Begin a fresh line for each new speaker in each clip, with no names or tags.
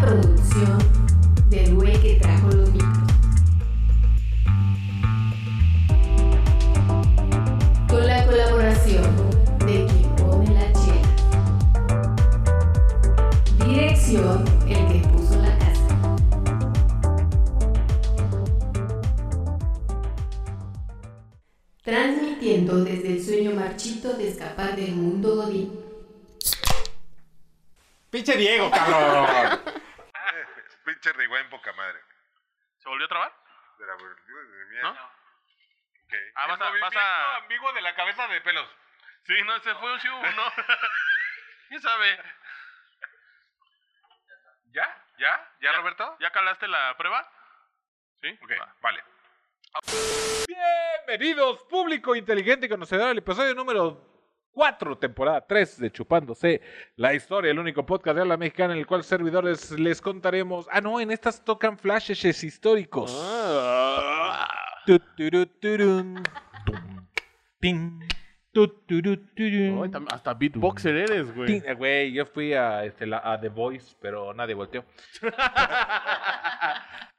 canción del güey que trajo los micros. Con la colaboración de quien pone la chela. Dirección el que puso la casa. Transmitiendo desde el sueño marchito de escapar del mundo godín.
Pinche Diego, cabrón.
Pinche Rigüen, poca madre.
¿Se volvió a trabar?
De la de mía.
¿No?
Ok.
Ah, vas a- vas a-
ambiguo de la cabeza de pelos.
Sí, no, ese fue un sí, uno. ¿Quién sabe?
¿Ya? ¿Ya? ¿Ya, Roberto?
¿Ya calaste la prueba? Sí.
Ok, vale.
Bienvenidos, público inteligente y conocedor, al episodio número 4, temporada 3 de Chupándose la Historia, el único podcast de habla mexicana en el cual servidores les contaremos. Ah, no, en estas tocan flashes históricos. Tu, turu, turun. Tum, tin. Tu, turu, turun.
Ay, tam- hasta beatboxer eres, güey.
Tin. Eh, Güey, yo fui a, este, la- a The Voice, pero nadie volteó.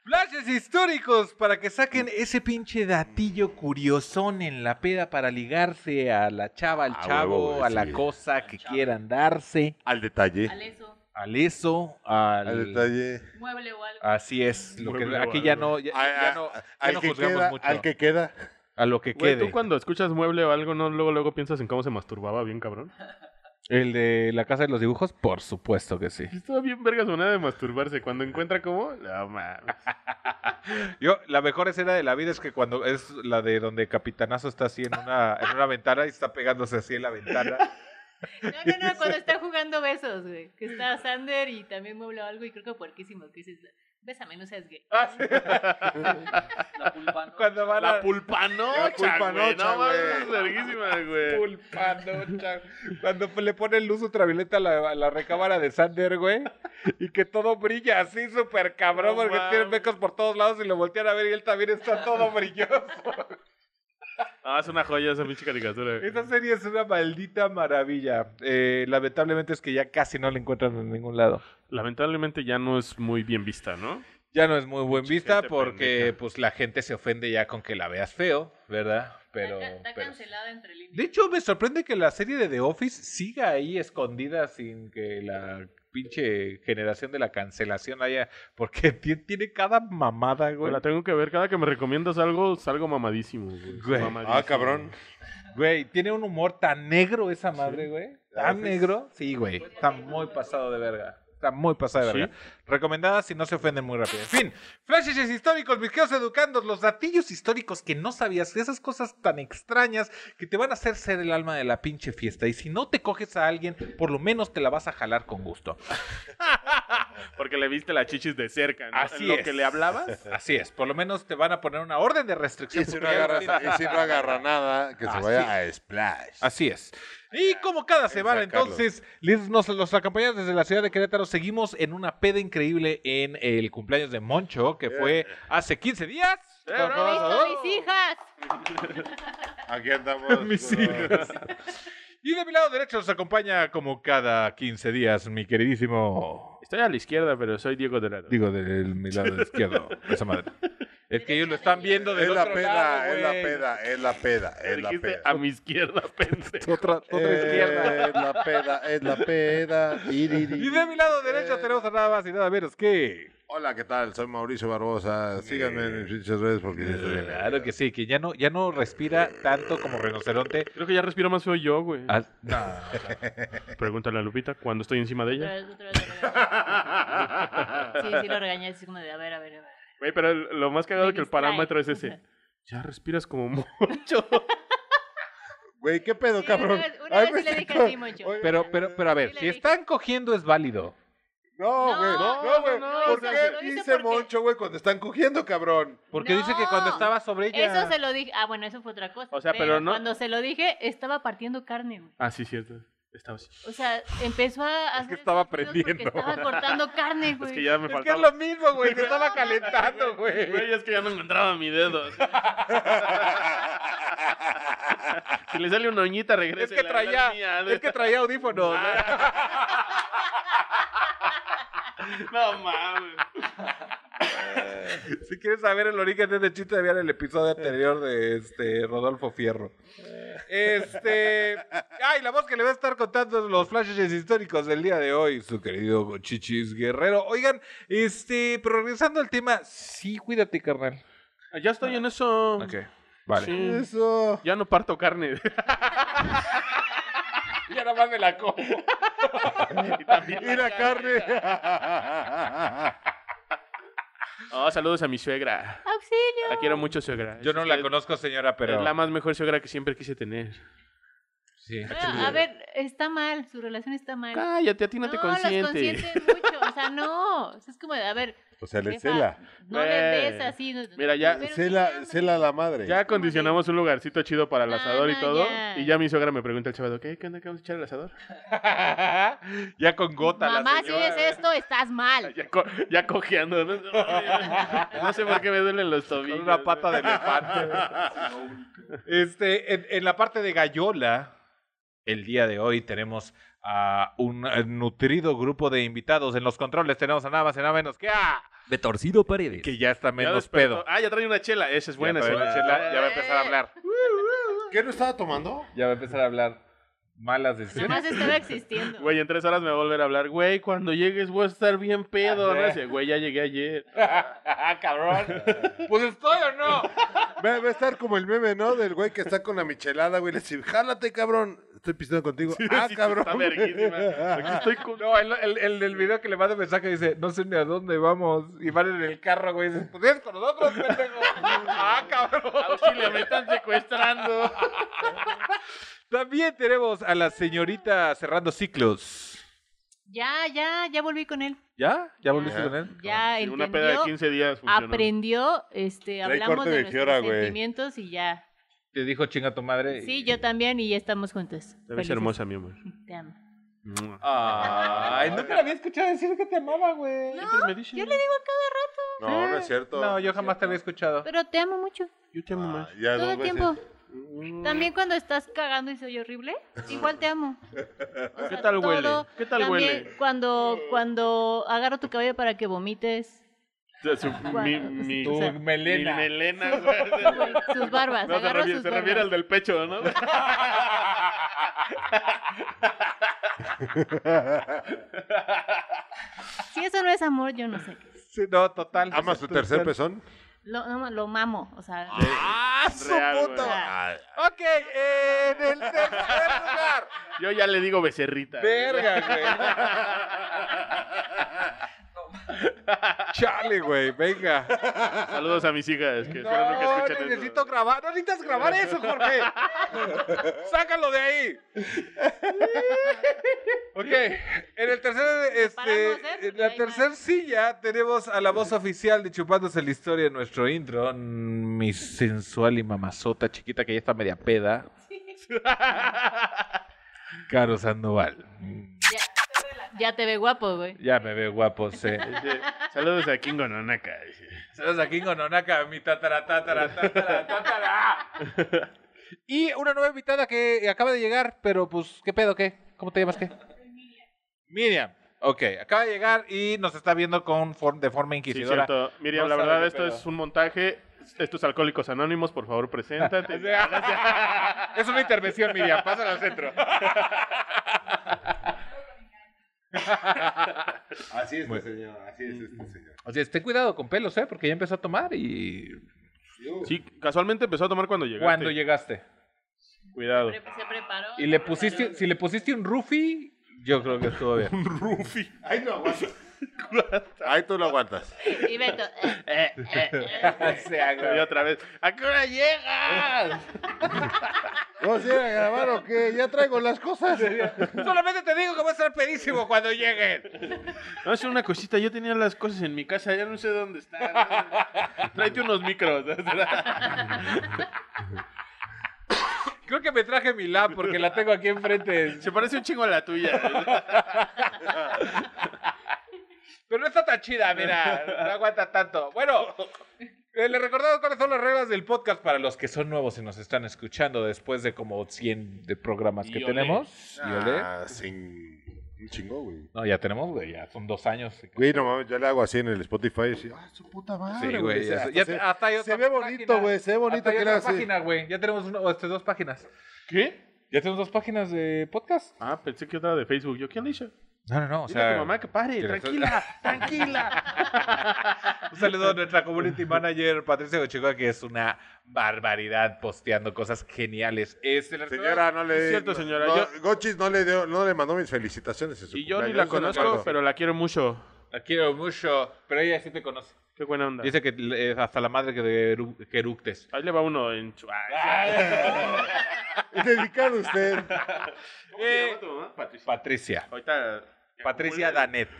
Flashes históricos para que saquen ese pinche datillo curiosón en la peda para ligarse a la chava, al
Ah,
chavo,
huevo, güey,
a la
sí.
cosa que quieran darse,
Al detalle.
al eso,
al eso, al...
Al detalle.
mueble o algo.
Así es, lo que,
Mueble o
aquí
algo.
ya no, ya,
A-
ya no, ya
Al
no
que
juzgamos
queda,
mucho
al que queda.
a lo que
Güey,
quede.
tú cuando escuchas mueble o algo, ¿no? Luego, luego piensas en cómo se masturbaba bien, cabrón.
El de la casa de los dibujos, por supuesto que sí.
Estaba bien verga su manera de masturbarse. Cuando encuentra cómo, no mames.
Yo, la mejor escena de la vida es que cuando es la de donde Capitanazo está así en una, en una ventana y está pegándose así en la ventana.
No, no, no, cuando está jugando besos, güey. Que está Sander y también mueble o algo y creo que puerquísimo. Que dices, bésame, no seas gay.
La pulpa, ¿no?
Cuando van
La
a-
"Ah,
Ah,
pulpanocha,
La pulpanocha,
güey. No mames,
güey.
es larguísima, güey.
Pulpanocha. Cuando le pone luz ultravioleta a la, a la recámara de Sander, güey. Y que todo brilla así, súper cabrón,
No
porque
mames.
tiene becos por todos lados y lo voltean a ver y él también está todo brilloso.
Ah, es una joya esa pinche caricatura. güey.
Esa serie es una maldita maravilla. Eh, lamentablemente es que ya casi no la encuentran en ningún lado.
Lamentablemente ya no es muy bien vista, ¿no?
Ya no es muy buen
Mucha
vista
gente
porque
pendeja.
pues la gente se ofende ya con que la veas feo, ¿verdad? Pero,
está, está
pero-
cancelada entre líneas.
De hecho, me sorprende que la serie de The Office siga ahí escondida sin que la pinche generación de la cancelación haya... Porque ti- tiene cada mamada, güey.
La tengo que ver. Cada que me recomiendas algo, salgo mamadísimo, güey.
Güey.
Mamadísimo.
Ah, cabrón.
Güey, tiene un humor tan negro esa madre, güey. Tan
Office.
negro. Sí, güey. Está muy pasado de verga. Está muy pasado de
¿Sí?
verga. Recomendada si no se ofenden muy rápido. En fin, flashes históricos, mis queridos educandos, los datillos históricos que no sabías, esas cosas tan extrañas que te van a hacer ser el alma de la pinche fiesta. Y si no te coges a alguien, por lo menos te la vas a jalar con gusto.
Porque le viste las chichis de cerca, ¿no?
Así
En lo
es.
que le hablabas.
Así es, por lo menos te van a poner una orden de restricción.
Y si no
porque ya no
agarra,
tienes-
y si no agarra nada, que se
Así
vaya a Splash.
Así es. Y como cada semana,
San Carlos.
entonces, les- nos, los acompañantes desde la ciudad de Querétaro seguimos en una peda increíble en el cumpleaños de Moncho, que fue hace 15 días.
¡Listo, mis hijas!
Aquí andamos.
Mis
güey.
hijos. Y de mi lado derecho nos acompaña como cada 15 días mi queridísimo...
Estoy a la izquierda, pero soy Diego Dorado.
Digo, de mi lado izquierdo, esa madre. Es que ellos lo están viendo
Es
del
la
otro
peda,
lado,
es la
güey.
peda, es la peda, es la
Dijiste
peda.
a mi izquierda, pendejo.
Otra, otra
eh,
izquierda.
Es la peda, es la peda.
Y de mi lado derecho tenemos a nada más y nada menos que...
Hola, ¿qué tal? Soy Mauricio Barbosa. Síganme en mis pinches redes porque ya estoy en la-
Claro que sí, que ya no, ya no respira tanto como rinoceronte.
Creo que ya respiro más feo yo, güey.
Ah, no.
Pregúntale a Lupita cuando estoy encima de
Otra
ella.
vez, otra vez lo regañas. Sí, sí lo regañas, así como de, a ver, a ver, a ver.
Güey, pero el- lo más cagado
Me
que el
distrae.
parámetro es ese. Ya respiras como mucho.
Güey, ¿qué pedo,
Sí,
cabrón?
Una vez, una
Ay,
vez
me
sí le
pues,
dije
siento-
así, Moncho.
Oye,
Pero, pero, pero a ver,
Sí, le
si
dije.
están cogiendo es válido.
No,
No,
güey, no,
no,
güey.
no, no,
¿Por
no,
qué
lo hice
dice
porque-
Moncho, güey, cuando están cogiendo, cabrón?
Porque dice que
No.
cuando estaba sobre ella.
Eso se lo dije. Ah, bueno, eso fue otra cosa.
O sea, pero no-
Cuando se lo dije, estaba partiendo carne, güey.
ah, sí, cierto. Estaba así.
O sea, empezó a. hacer
que estaba
esos ruidos porque
aprendiendo.
Estaba cortando carne, güey.
Es que ya me
Es que es
faltaba.
lo mismo, güey, que estaba calentando, güey.
Güey, es que ya no encontraba mi dedo. si le sale una uñita, regresa.
Es que Ah. traía, es que traía audífonos. ¿no?
No mames.
Si quieres saber el origen de este chiste, vean el episodio anterior de este Rodolfo Fierro. Este. Ay, la voz que le va a estar contando los flashes históricos del día de hoy, su querido Chichis Guerrero. Oigan, este, pero regresando al tema, sí, cuídate, carnal.
Ya estoy en eso.
Ok, vale.
Sí.
Eso.
Ya no parto carne.
Ya nada más me la como.
Y la carne.
Oh, saludos a mi suegra.
¡Auxilio!
La quiero mucho, suegra.
Yo no la
Es-
conozco, señora, pero.
Es la más mejor suegra que siempre quise tener.
Sí.
Ah, a ver, está mal, su relación está mal.
Cállate, a ti no, te
los
consiente.
consienten mucho. O sea, no. O sea, es como de, a ver,
O sea, le
jefa,
cela.
no le
Eh,
des así. no-
mira, ya-
pero sí,
Cela,
hombre.
cela a la madre.
Ya acondicionamos un lugarcito chido para el
No,
asador y
no,
todo.
ya.
Y ya mi suegra me pregunta el chavado, ¿qué? ¿Qué onda? ¿Qué vamos a echar al asador?
ya con gota
Mamá,
la
si
señora.
ves esto, estás mal.
Ya, co- ya cojeando. ¿no? No sé por qué me duelen los tobillos.
Con una pata de elefante. este, en, en la parte de Gallola, el día de hoy tenemos a un eh, nutrido grupo de invitados. En los controles tenemos a nada más y nada menos que a...
De torcido paredes.
Que ya está
Ya
menos
despertó.
pedo.
Ah, ya trae una chela. Esa es buena.
ya, trae
esa
la
es
chela,
buena.
ya va a empezar a hablar.
¿Qué no estaba tomando?
Ya va a empezar a hablar malas
Nada
decisiones.
más estaba existiendo.
Güey, en tres horas me va a volver a hablar. Güey, cuando llegues voy a estar bien pedo. ¿no? Dice, Güey, ya llegué ayer.
Ah, cabrón. pues estoy o no.
Va, va a estar como el meme, ¿no? Del güey que está con la michelada, güey. Le dice, jálate, cabrón. Estoy pisteando contigo. ah,
Sí,
cabrón.
Está verguísima. Aquí estoy con...
No, el, el, el del video que le manda mensaje dice, no sé ni a dónde vamos. Y van en el carro, güey. Dices, pues vienes con nosotros, pendejo. ah, cabrón.
Auxilio, me están secuestrando.
También tenemos a la señorita cerrando ciclos.
Ya, ya, ya volví con él.
¿Ya? ¿Ya volviste
volviste
con
con
él?
Ya
Sí,
entendió,
Una peda de 15 días funcionó.
aprendió, este,
Trae
hablamos
corte
de
de
nuestros
Fiora, güey.
sentimientos y ya.
Te dijo chinga tu madre. y-
Sí, yo también y ya estamos juntos.
Te ves
Felices.
hermosa, mi amor.
Te amo.
Ay, no te la había escuchado decir que te amaba, güey.
Siempre me dicen,
Yo le digo a cada rato,
No, no es cierto.
No, yo jamás te había escuchado.
pero te amo mucho.
Yo te amo
Ah,
más.
ya
Todo
dos
el
veces.
tiempo.
Mm.
También cuando estás cagando y soy horrible, igual te amo. O
¿Qué
sea,
tal huele?
todo,
¿Qué tal
también
huele?
Cuando, cuando agarro tu cabello para que vomites.
O sea, su- mi, mi,
Tu
o sea,
melena.
mi melena, güey.
Sus barbas.
No, se
agarro
refiere,
sus
se refiere
barbas.
al del pecho, ¿no?
Si eso no es amor, yo no sé. qué es.
Sí, no, total.
¿Ama su tercer pezón?
Lo, no, lo mamo, o sea.
¡Ah, su
Real, güey.
puta! Ah,
Ok, eh, en el tercer lugar.
Yo ya le digo becerrita.
Verga, güey. Chale, güey, venga.
Saludos a mis hijas, que espero nunca
No,
escuchen
necesito
eso.
grabar. No necesitas grabar eso, Jorge. Sácalo de ahí. ok, en el tercer,
Paramos, ¿eh?
este, en
Porque
la
hay
tercer silla tenemos a la voz oficial de Chupándose la Historia en nuestro intro. mm, Mi sensual y mamazota chiquita que ya está media peda. Caro Sandoval.
Ya te ve guapo, güey.
Ya me veo guapo, sé.
Dice, Saludos a Kingo Nonaka. dice.
Saludos aquí con Onaka, mi tatara, tatara, tatara, tatara. Y una nueva invitada que acaba de llegar, pero pues, ¿qué pedo? ¿Qué? ¿Cómo te llamas? ¿Qué? Miriam. Ok, acaba de llegar y nos está viendo con for- de forma
Sí,
inquisidora.
cierto. Miriam,
No
la
sabe
verdad,
qué
esto
pedo.
es un montaje. Estos alcohólicos anónimos, por favor, preséntate.
es una intervención, Miriam. Pásala al centro.
Así es, este señor. Así es, este señor.
O sea, estén cuidado con pelos, ¿eh? Porque ya empezó a tomar y...
Sí, casualmente empezó a tomar cuando llegaste.
Cuando llegaste.
Cuidado.
Pre- Se preparó.
Y le pusiste... Si le pusiste un roofie, yo creo que estuvo bien.
Ay, no aguantas. Ahí tú lo aguantas.
Y Beto. eh,
Eh,
eh, eh.
Se agarró.
y otra vez. ¿A qué hora llegas?
¿Vamos a ir a grabar o qué? Ya traigo las cosas.
Solamente te digo que voy a estar pedísimo cuando lleguen.
Vamos a hacer una cosita. Yo tenía las cosas en mi casa. Ya no sé dónde están. Tráete unos micros.
Creo que me traje mi lab porque la tengo aquí enfrente.
Se parece un chingo a la tuya.
Pero no está tan chida, mira. No aguanta tanto. Bueno, eh, les recordamos cuáles son las reglas del podcast para los que son nuevos y nos están escuchando después de como 100 de programas que
Y
Ah.
olé.
tenemos. Y olé.
Ah, sin Un chingo, güey.
No, ya tenemos, güey, ya son dos años.
Güey, no mames, yo le hago así en el Spotify y así, ah, su puta madre.
Sí, güey. ya-
Hasta
ya-
se,
hasta hay
se
otra
ve bonito,
página.
güey, se ve bonito
Hasta hay
que era
otra
así.
página, güey. Ya tenemos uno- este, dos páginas.
¿Qué?
Ya tenemos dos páginas de podcast.
Ah, pensé que otra de Facebook. ¿Yo quién le hice?
No, no, no. O
Dile a tu mamá que pare,
que la-
tranquila, tranquila.
Un saludo a nuestra community manager, Patricia Gochicoa, que es una barbaridad posteando cosas geniales. Este, Es el
Señora, no le.
Es cierto, señora,
no,
yo-
Gochis no le, dio, no le mandó mis felicitaciones. en su
Y yo ni
cumpleaños,
la
eso no
conozco,
acuerdo.
pero la quiero mucho.
La quiero mucho, pero ella sí te conoce.
Qué buena onda.
Dice que eh, hasta la madre que, de, eru- que eructes.
Ahí le va uno en su... Ay,
Dedicado a usted.
se
Eh,
llama tu mamá? Patricia.
Patricia.
Ahorita...
Patricia Danet.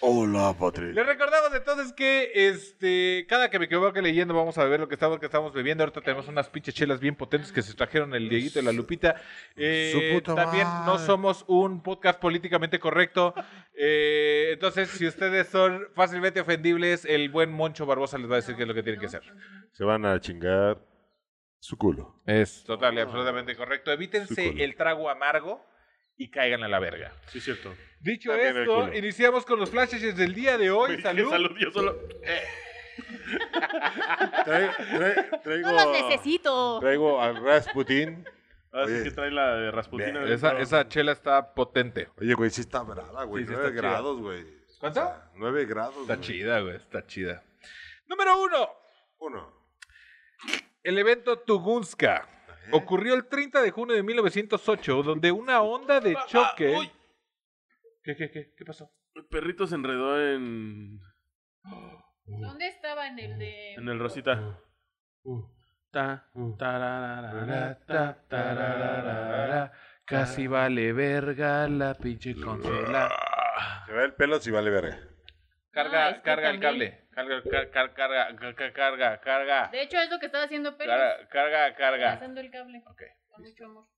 Hola, Patrick.
Les recordamos entonces que este cada que me equivoque leyendo vamos a beber lo que estamos, que estamos bebiendo. Ahorita tenemos unas pinches chelas bien potentes que se trajeron el Dieguito y la Lupita. Eh,
Su puta
también
madre.
no somos un podcast políticamente correcto. Eh, entonces, si ustedes son fácilmente ofendibles, el buen Moncho Barbosa les va a decir qué es lo que tienen que hacer.
Se van a chingar su culo.
Es total
Ah.
y absolutamente correcto.
Su
Evítense
culo.
el trago amargo y caigan a la verga.
Sí, es cierto.
Dicho
También el
esto,
culo.
iniciamos con los flashes del día de hoy.
Oye,
Salud.
Salud, yo solo...
Traigo, tra- traigo,
No los necesito.
traigo al Rasputin. Oye.
Así Ah, que trae la de Rasputina.
Bien,
Esa,
dentro.
esa chela está potente.
Oye, güey, sí está brava, güey.
Sí, sí
Nueve
está chida.
grados, güey.
¿Cuánto?
9 grados.
Está
güey.
chida, güey, está chida. Número uno,
Uno.
el evento Tugunska. Ocurrió el 30 de junio de 1908, donde una onda de choque...
Ah, uy.
¿Qué, qué, qué? ¿Qué pasó?
El perrito se enredó en...
¿Dónde estaban el de.?
En el Rosita. Ta,
Uh,
tararara, ta, tararara.
Casi vale verga la pinche consola.
Se ve el pelo si vale verga.
Carga,
Ah, es que
carga el
también-
cable. Carga, car- car- carga, car- car- carga, carga,
De hecho, es lo que estaba haciendo Pérez.
carga, carga, carga.
Pasando el cable.
Ok.
Con mucho amor.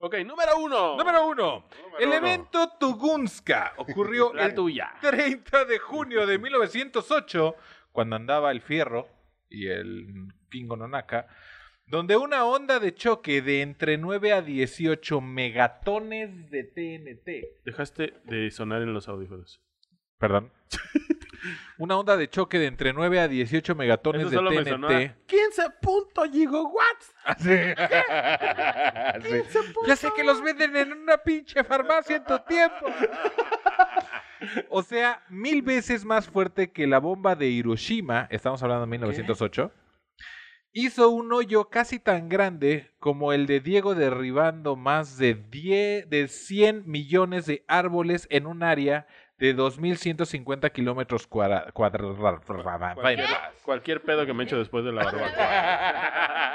Ok, número uno.
Número uno. El
uno.
evento Tugunska ocurrió
La
el
tuya.
30 de junio de 1908, cuando andaba el fierro y el pingo nonaka, donde una onda de choque de entre 9 a 18 megatones de TNT.
Dejaste de sonar en los audífonos.
Perdón. una onda de choque de entre 9 a 18 megatones
Eso
de
solo me
TNT.
sonó a 15 puntos gigawatts.
Sí. Ya sé que los venden en una pinche farmacia en tu tiempo. O sea, mil veces más fuerte que la bomba de Hiroshima, estamos hablando de 1908, hizo un hoyo casi tan grande como el de Diego derribando más de, 10, de 100 millones de árboles en un área de 2.150 kilómetros cuadra- cuadra- cuadrados.
Cualquier pedo que me echo después de la barbacoa.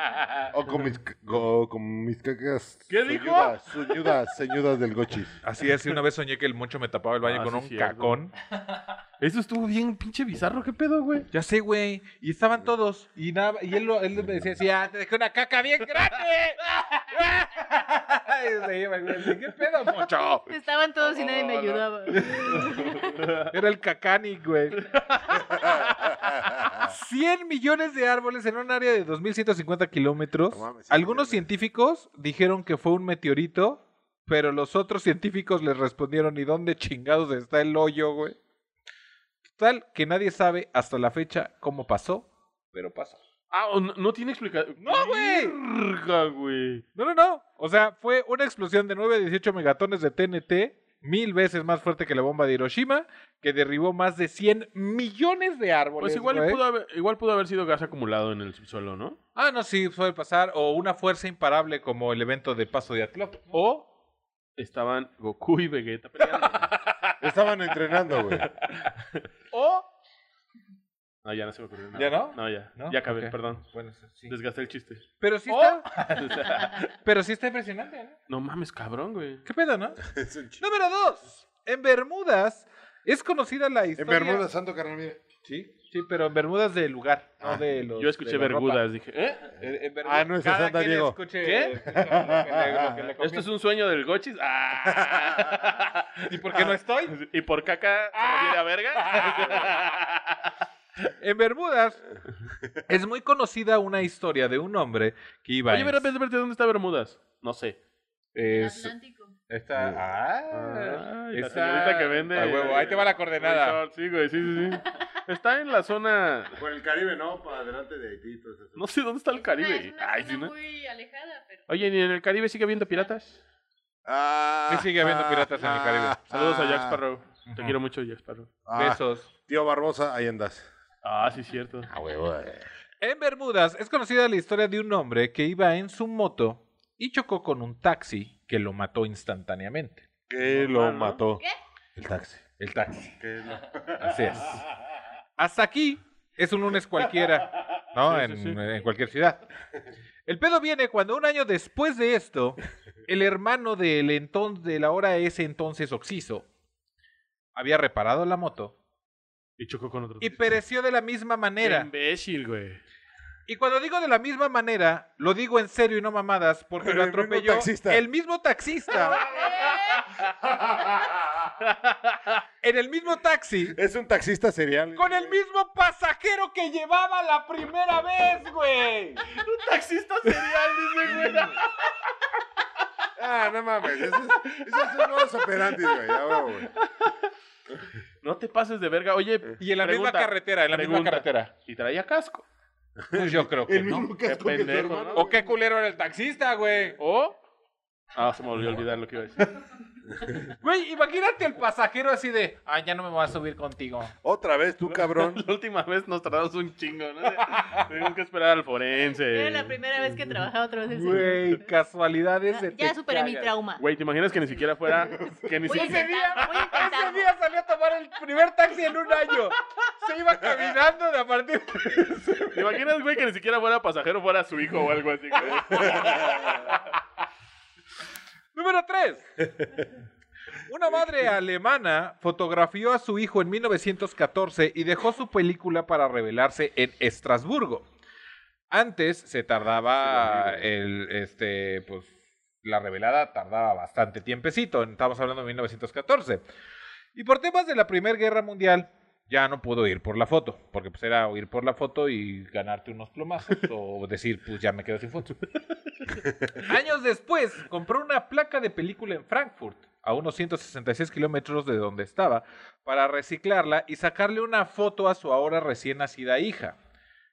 O con mis, c- go- con mis cacas.
¿Qué dijo?
soñudas, Soñudas, soñudas del Gochis.
Así es, y una vez soñé que el moncho me tapaba el baño
Ah,
con
sí,
un
cierto.
cacón.
Eso estuvo bien pinche bizarro, qué pedo, güey.
Ya sé, güey. Y estaban todos. Y nada, y él, lo- él me decía, sí, ah, te dejé una caca bien grande. y se iba, güey, así, ¿Qué pedo, mocho?
pues,
Estaban todos y nadie me ayudaba.
Era el cacanic, güey. 100 millones de árboles en un área de 2.150 kilómetros.
No mames, sí,
Algunos
millones.
científicos dijeron que fue un meteorito, pero los otros científicos les respondieron, ¿y dónde chingados está el hoyo, güey? Total, que nadie sabe hasta la fecha cómo pasó, pero pasó.
Ah, o no, no tiene explicación.
¡No, güey!
Verga, güey.
No, no, no. O sea, fue una explosión de 9 a 18 megatones de TNT, mil veces más fuerte que la bomba de Hiroshima, que derribó más de 100 millones de árboles.
Pues igual y
güey.
pudo, haber, igual pudo haber sido gas acumulado en el subsuelo, ¿no?
Ah, no, sí, suele pasar. O una fuerza imparable como el evento de Paso de Atlop. O
Estaban Goku y Vegeta peleando.
Estaban entrenando, güey.
O.
No, ya no se me ocurrió nada.
¿Ya no?
No, ya.
¿No?
Ya acabé,
Ok.
perdón.
Bueno, sí.
Desgasté el chiste.
Pero sí
O-
está.
O sea,
Pero sí está impresionante, ¿eh? ¿no?
no mames, cabrón, güey.
¿Qué pedo, no?
Es un ch-
Número 2. En Bermudas es conocida la
En
historia.
Bermuda, santo carnal, mire.
Sí, sí, pero en Bermudas del lugar, no
Ah,
de los.
Yo escuché
de la ropa.
vergudas, dije, ¿eh?
En- en Bermudas.
Ah, no, esa es
Cada
Santa
quien
Diego.
escuche-
¿Qué?
escuche lo que le- lo que le conviene.
¿Esto es un sueño del gochis? ¡Ah!
¿Y por qué no estoy?
¿Y por caca
¡Ah!
se viene a verga?
En Bermudas es muy conocida una historia de un hombre que iba
Oye,
en-
espérate, espérate, ¿dónde está Bermudas? No sé.
Es,
Atlántico.
esta, ah,
Ay, la
esta-
señorita que vende.
a huevo, ahí te va la coordenada.
resort, Sí, güey, sí, sí, sí. Está en la zona.
Por el Caribe, ¿no? Para adelante de Haití. todo eso.
No sé dónde está el Caribe.
Es una,
Ay,
es
sí,
una
¿no?
zona muy alejada, pero.
Oye, ¿ni en el Caribe sigue habiendo piratas?
Ah,
Sí, sigue habiendo piratas en el Caribe.
Saludos a
Ah.
Jack
Jack
Sparrow. Te quiero mucho, Jack Sparrow.
Besos.
ah. Tío Barbosa, ahí andas.
Ah, sí, cierto.
En Bermudas es conocida la historia de un hombre que iba en su moto y chocó con un taxi que lo mató instantáneamente.
Que
Ah,
lo
¿no?
mató.
¿Qué?
El taxi.
El taxi.
Que lo-
Así es. Hasta aquí es un lunes cualquiera, ¿no?
Sí,
en,
sí, sí.
en cualquier ciudad. El pedo viene cuando un año después de esto, el hermano del entonces, de la hora ese entonces Oxiso, había reparado la moto
Y chocó con otro.
y pereció de la misma
Qué
manera.
imbécil, güey.
Y cuando digo de la misma manera, lo digo en serio y no mamadas, porque lo
El mismo
atropelló
taxista.
el mismo taxista. en el mismo taxi.
Es un taxista serial.
Con el mismo pasajero que llevaba la primera vez, güey.
Taxista serial, dice, güey.
Ah, no mames. Eso es, eso es un modus operandi, güey. Ya, huevo, güey.
No te pases de verga. Oye,
Y en la
Eh, pregunta,
misma carretera, en la misma
pregunta.
carretera.
Y traía casco.
Pues yo creo que
El
no.
mismo casco que su
pendejo,
hermano.
¿no?
O qué culero era el taxista, güey.
O. Ah, se me volvió a olvidar lo que iba a decir.
Güey, imagínate el pasajero así de, ah, ya no me voy a subir contigo.
Otra vez, tú, cabrón.
La última vez nos tardamos un chingo, ¿no? Tuvimos que esperar al
Era
forense.
la primera
eh,
vez que trabajaba otra vez en
Güey, casualidades de
Ya, ya superé mi trauma.
Güey, ¿te imaginas que ni siquiera fuera. Que ni
Voy a
siquiera.
intentar, voy
Ese
a intentarlo.
día salió a tomar el primer taxi en un año. Se iba caminando de a partir
¿Te imaginas, güey, que ni siquiera fuera pasajero, fuera su hijo o algo así, güey?
Número 3. Una madre alemana fotografió a su hijo en 1914 y dejó su película para revelarse en Estrasburgo. Antes se tardaba el este pues la revelada tardaba bastante tiempecito, estamos hablando de 1914. Y por temas de la Primera Guerra Mundial ya no pudo ir por la foto, porque pues era o ir por la foto y ganarte unos plomazos o decir, pues ya me quedo sin foto. Años después, compró una placa de película en Frankfurt, a unos 166 kilómetros de donde estaba, para reciclarla y sacarle una foto a su ahora recién nacida hija.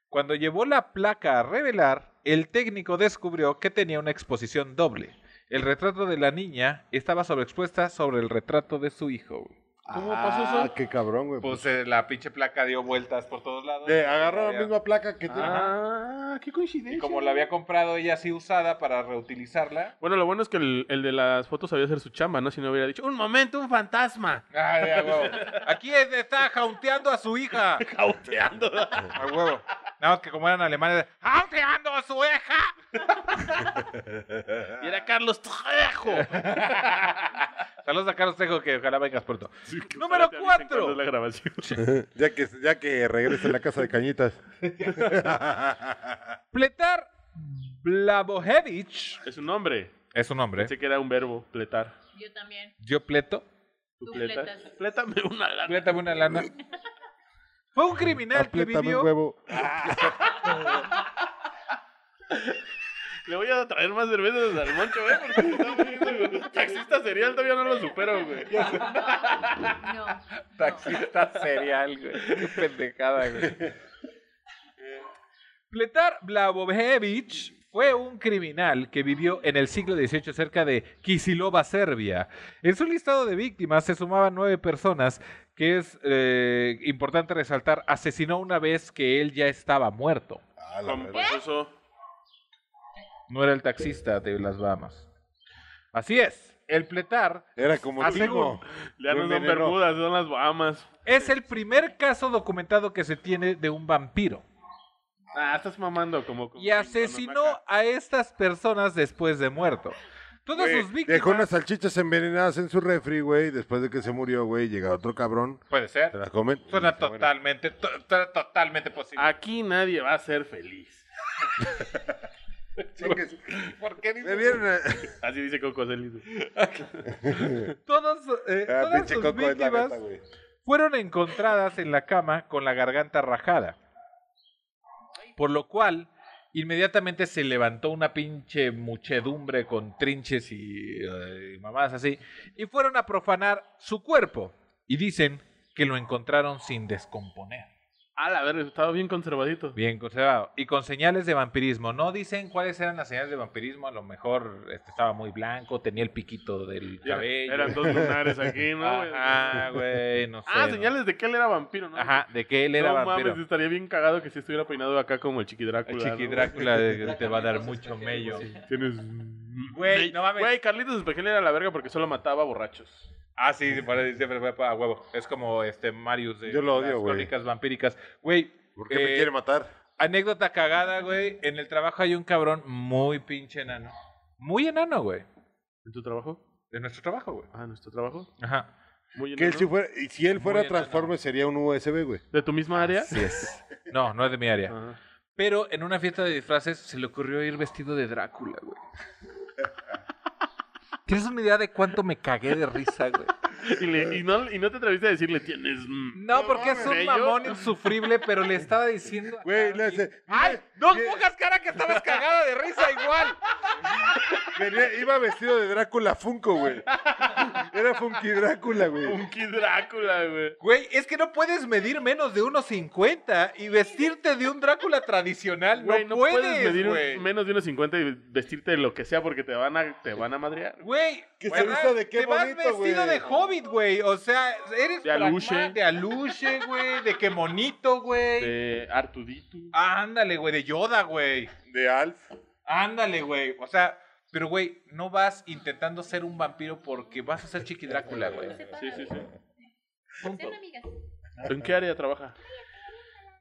Cuando llevó la placa a revelar, el técnico descubrió que tenía una exposición doble. El retrato de la niña estaba sobreexpuesta sobre el retrato de su hijo.
¿Cómo pasó eso?
Ah, qué cabrón, güey.
Pues eh, la pinche placa dio vueltas por todos lados.
Le agarró la
Había-
misma placa que tú.
Ah, qué coincidencia.
Y como la había comprado ella así usada para reutilizarla.
Bueno, lo bueno es que el, el de las fotos sabía hacer su chamba, ¿no? Si no hubiera dicho, un momento, un fantasma.
Ah, ya, huevo. Aquí es- está jaunteando a su hija.
Cauteando.
A huevo. Nada más que como eran alemanes, ¡jaunteando a su hija!
Y era Carlos Trejo.
Saludos a Carlos Tejo, que ojalá vengas pronto. Número
Ahorita dicen cuándo es
cuatro.
la grabación.
Ya que, ya que regrese a la casa de cañitas.
Pletar Blavojevic.
Es un nombre.
Es un nombre.
Pensé que era un verbo, pletar.
Yo también.
Yo pleto.
¿Tú
Tú
pletas?
pletas.
Plétame una lana.
Plétame una lana. Fue un criminal que
Apriétame
vivió.
un huevo.
Le voy a traer más cervezas al moncho, ¿eh? Porque está muriendo. Taxista serial todavía no lo supero, güey.
No.
Taxista serial, güey. Qué pendejada, güey. Pletar Blavovich fue un criminal que vivió en el siglo XVIII cerca de Kisilova, Serbia. En su listado de víctimas se sumaban nueve personas, que es eh, importante resaltar, asesinó una vez que él ya estaba muerto.
Ah, la
Con
verdad.
pues, eso.
No era el taxista de las Bahamas. Así es, el Pletar
Era como
Así
Timo. Lo
Ya no son
envenenó.
Bermudas, son las Bahamas.
es el primer caso documentado que se tiene de un vampiro.
Ah, estás mamando como... como-
y asesinó
como-
a estas personas después de muerto. Todas
Güey,
sus víctimas.
Dejó unas salchichas envenenadas en su refri, güey. Después de que se murió, güey, llega otro cabrón.
Puede
Se
ser.
las comen. y
Suena
se mueren.
totalmente, to- suena totalmente posible.
Aquí nadie va a ser feliz.
Chingues.
¿Por qué
Me vieron. eh,
Así dice Coco Celis.
Todos, eh,
ah,
todas
pinche
sus
coco es la
víctimas
neta, güey.
fueron encontradas en la cama con la garganta rajada. Por lo cual Inmediatamente se levantó una pinche muchedumbre con trinches y, eh, y mamás así. Y fueron a profanar su cuerpo. Y dicen que lo encontraron sin descomponer.
A Ah, la verga, estaba bien conservadito.
Bien conservado. Y con señales de vampirismo. No dicen cuáles eran las señales de vampirismo. A lo mejor este, estaba muy blanco, tenía el piquito del
Ya,
cabello.
Eran dos lunares aquí, ¿no? güey?
Ajá, güey, no sé.
ah,
¿no?
señales de que él era vampiro, ¿no?
Ajá, de que él era
no
vampiro.
mames, estaría bien cagado que si estuviera peinado acá como el Chiqui
el
Drácula.
chiqui
¿no?
Drácula de- te va a dar
Cosas
mucho
que
mello.
queremos, sí.
Tienes...
Güey, no mames.
Güey, Carlitos Espejel era la verga porque solo mataba borrachos.
Ah, sí, sí, para siempre fue para huevo. Es como este Marius de
Yo lo odio,
las
güey.
crónicas vampíricas. Güey,
¿Por qué
eh,
me quiere matar?
anécdota cagada, güey. En el trabajo hay un cabrón muy pinche enano. Muy enano, güey.
¿En tu trabajo?
De nuestro trabajo, güey.
Ah, ¿nuestro trabajo?
Ajá.
Muy
Que él
enano.
si fuera, y si él fuera
Muy enano.
Transformer sería un USB, güey.
¿De tu misma área?
Así es. No, no es de mi área.
Ajá.
Pero en una fiesta de disfraces se le ocurrió ir vestido de Drácula, güey. ¿Tienes una idea de cuánto me cagué de risa, güey?
Y, le- y no, y no te atreviste a decirle, tienes... mm,
No, porque es un
¿Bello?
mamón insufrible, pero le estaba diciendo. a
Güey,
Carlos
le
y-
hace-
¡Ay!
le-
¡No
le-
pongas cara que estabas cagada de risa igual!
Venía- iba vestido de Drácula Funko, güey. Era Funky Drácula, güey.
Un Kid Drácula, güey.
Güey, es que no puedes medir menos de 1.50 y vestirte de un Drácula tradicional.
Güey,
no, puedes,
medir un-
güey.
menos de unos 50 y vestirte de lo que sea porque te van a, te van a madrear.
Güey,
Que se
¿verdad?
vista de qué
te vas
bonito,
vestido
güey.
de hobbit, güey. O sea, eres
De aluche.
pragma- de aluche, güey, de qué monito, güey.
De Artudito.
Ándale, güey, de Yoda, güey.
De Alf.
Ándale, güey. O sea, pero güey, no vas intentando ser un vampiro porque vas a ser Chiqui Drácula, güey.
Sí, sí, sí.
Sean amigas.
¿En qué área trabaja?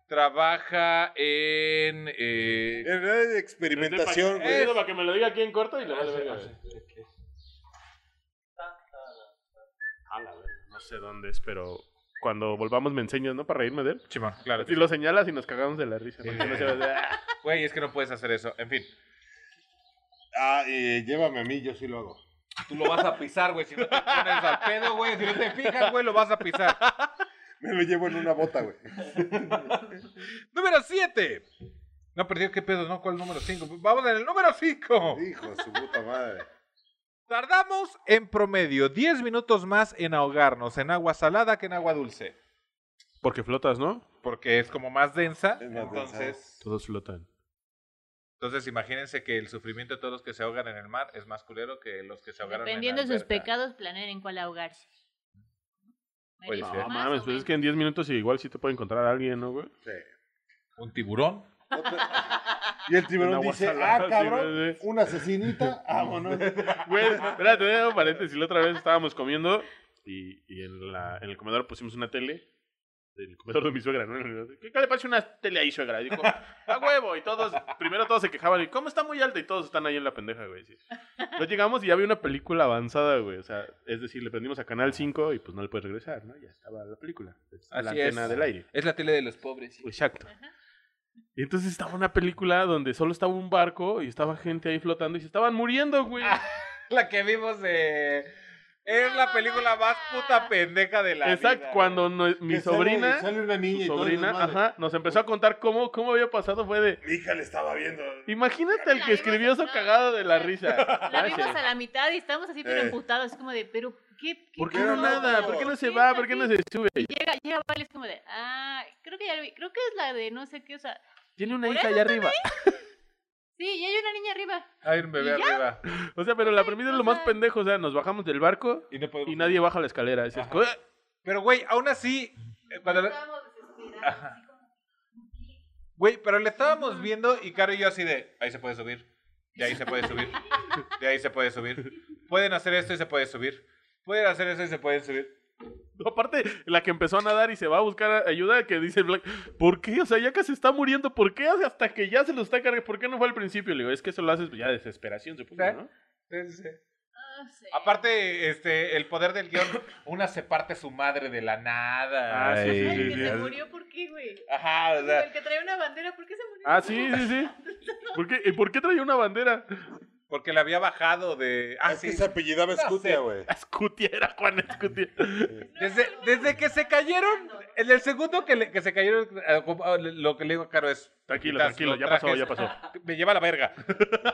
Trabaja en eh,
En realidad de experimentación,
Es de pa- es
güey.
de para que me lo diga aquí en corto y le vale verga. A la verga, No sé dónde es, pero cuando volvamos me enseñas, ¿no? Para reírme de él.
Chimón, claro.
Si lo señalas y nos cagamos de la risa.
Sí.
porque no se va a decir, "Ah".
Güey, es que no puedes hacer eso. En fin,
Ah, eh, llévame a mí, yo sí lo hago.
tú lo vas a pisar, güey. Si no te pones al pedo, güey. Si no te fijas, güey, lo vas a pisar.
Me lo llevo en una bota, güey.
Número 7. No, pero Dios, qué pedo, ¿no? ¿Cuál número 5? Vamos en el número 5.
Hijo de su puta madre.
Tardamos en promedio 10 minutos más en ahogarnos en agua salada que en agua dulce.
Porque flotas, ¿no?
Porque es como más densa.
Es más
entonces,
Todos flotan.
entonces imagínense que el sufrimiento de todos los que se ahogan en el mar es más culero que los que se ahogaron
Dependiendo
en
de
la
sus
alberca.
pecados, planeen en cuál ahogarse.
Puede
Marico,
ser.
No
más
mames,
o
pues es que
menos.
en 10 minutos igual sí te puede encontrar a alguien, ¿no, güey?
Sí.
Un tiburón.
Y el
En
tiburón
agua
dice,
salada,
ah,
sí,
cabrón,
güey.
una asesinita, vámonos.
Güey, espérate, voy a dar un paréntesis. La otra vez estábamos comiendo y, y en, la, en el comedor pusimos una tele. El comedor de mi suegra, ¿no? ¿Qué, qué le parece una tele ahí, suegra? Dijo, a huevo. Y todos, primero todos se quejaban. ¿Y cómo está muy alta? Y todos están ahí en la pendeja, güey. sí. Entonces llegamos y ya había una película avanzada, güey. O sea, es decir, le prendimos a Canal 5 y pues no le puedes regresar, ¿no? Ya estaba la película. Está la
Así
antena
es.
del aire.
Es la tele de los pobres.
Exacto. Y entonces estaba una película donde solo estaba un barco y estaba gente ahí flotando y se estaban muriendo, güey.
La que vimos de... Es la película más puta pendeja de la vida.
Exacto,
güey.
cuando no- mi
Que sale-
sobrina,
Sale una
su
niña y todo el
sobrina,
desmadre.
ajá, nos empezó a contar cómo, cómo había pasado, fue de...
Mi hija le estaba viendo.
Imagínate el
La
que
vimos
escribió eso
en-
cagado de la risa.
La vimos a
Gracias.
la mitad y estamos así, pero
Eh.
emputados. Es como de, pero ¿qué? qué
¿Por qué no
pasó?
nada? ¿Por qué no se va? ¿Por qué no se sube?
Y llega, llega Val, es como de, ah, creo que ya lo vi, creo que es la de no sé qué, o sea,
Tiene una
¿Por
hija
eso
allá arriba.
sí, y hay una niña arriba.
Hay un bebé
¿Y ya?
arriba.
O sea, pero la premisa es lo más
Ajá.
pendejo. O sea, nos bajamos del barco
Y no podemos-
y nadie baja la escalera. Así es, "Eh".
Pero, güey, aún así... eh, cuando la-
Estábamos desesperados.
Ajá. Güey, pero le estábamos viendo y Caro y yo así de, ahí se puede subir, de ahí se puede subir, de ahí se puede subir. Pueden hacer esto y se puede subir. Pueden hacer eso y se pueden subir.
Aparte, la que empezó a nadar y se va a buscar ayuda, que dice Black, ¿por qué? O sea, ya que se está muriendo, ¿por qué hace hasta que ya se lo está cargando? ¿Por qué no fue al principio? Le digo, es que eso lo haces ya de desesperación, supongo, ¿no?
No sé.
eh, Aparte, este, el poder del guión, una se parte su madre de la nada.
Ah, sí,
y-
sí,
Ay,
sí,
el que
sí.
se murió, ¿por qué, güey?
Ajá, o sea,
El que trae una bandera, ¿por qué se murió?
Ah, sí, sí, sí. ¿Por qué, ¿Y por qué traía una bandera?
porque le había bajado de... Ah,
es
sí.
que se apellidaba
No
Escutia,
sé.
güey.
Scutia, era Juan Scutia.
No,
Desde,
no, no,
desde
no,
que se
no,
cayeron,
no, no.
en el segundo que, le- que se cayeron, eh, compa- lo que le digo a Caro es...
Tranquilo,
quitas
tranquilo,
los
ya pasó,
trajes-
ya pasó.
Me lleva a la verga.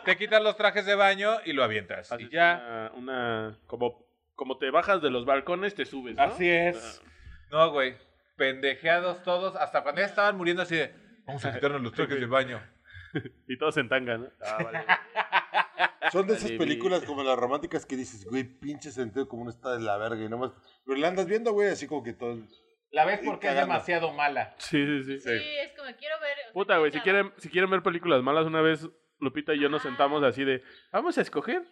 Te quitas los trajes de baño y lo avientas.
Haces
y ya.
Una, una- como, como te bajas de los balcones, te subes. ¿no?
Así es. No, güey. Pendejeados todos, hasta cuando ya estaban muriendo así de... Vamos a quitarnos los trajes del baño.
Y todos en tanga, ¿no? Ah, vale.
Son de esas
Alibi.
películas como las románticas que dices, güey, pinche sentido como uno está de la verga y nomás. Pero la andas viendo, güey, así como que todo.
La ves
porque es Cagando.
demasiado mala.
Sí, sí, sí.
Sí, es como quiero ver. o sea,
Puta, güey, si
acaba.
quieren, si quieren ver películas malas, una vez Lupita y yo nos sentamos así de, vamos a escoger,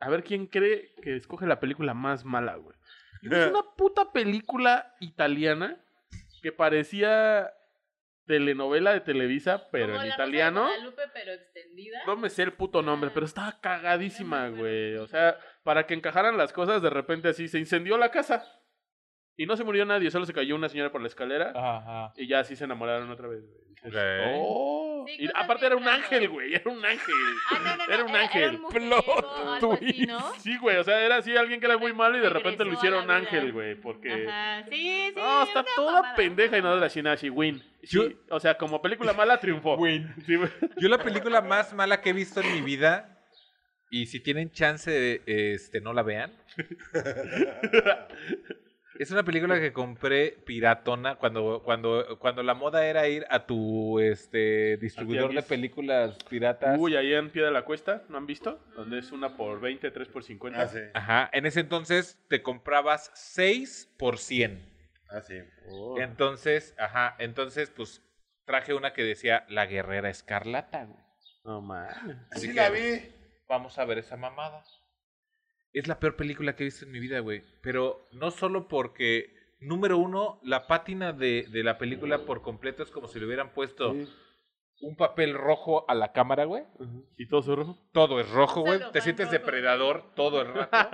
a ver quién cree que escoge la película más mala, güey. Y Es una puta película italiana que parecía telenovela de Televisa, pero
Como
en
la Rosa de
italiano.
Guadalupe, pero extendida.
No me sé el puto nombre, pero estaba cagadísima,
No me acuerdo.
güey. O sea, para que encajaran las cosas, de repente así se incendió la casa. Y no se murió nadie, solo se cayó una señora por la escalera.
Ajá.
Y ya así se enamoraron otra vez, güey. Dices,
Ok.
"Oh".
Sí,
Y
cosas
aparte era un
bien raras.
ángel, güey. Era un ángel.
Ah, no, no, no,
Era un ángel.
mujeriego o algo así, ¿no?
Sí, güey. O sea, era así alguien que era muy malo y de
Regresó
repente lo
a la
hicieron
vida.
ángel, güey. Porque.
Ajá, sí, sí.
No, está
una
toda
mamada.
pendeja y no de la Shinashi, win. Sí,
Yo-
O sea, como película mala triunfó.
Win.
Sí, güey.
Yo la película más mala que he visto en mi vida, y si tienen chance de este, no la vean, es una película que compré piratona cuando, cuando, cuando la moda era ir a tu este, distribuidor de
tianguis.
películas piratas.
Uy, ahí en Pie de la Cuesta, ¿no han visto? Donde es una por 20, tres por 50.
Ah, sí.
Ajá, en ese entonces te comprabas 6 por 100.
Ah, sí.
Oh.
Entonces, ajá, entonces pues traje una que decía La Guerrera Escarlata, güey.
No mames.
Sí,
Así
la
que-
vi.
vamos a ver esa mamada. Es la peor película que he visto en mi vida, güey. Pero no solo porque, número uno, la pátina de, de la película por completo es como si le hubieran puesto un papel rojo a la cámara, güey.
¿Y todo su rojo?
Todo es rojo, güey.
Solo
Te
pan
sientes
rojo.
depredador todo el rato.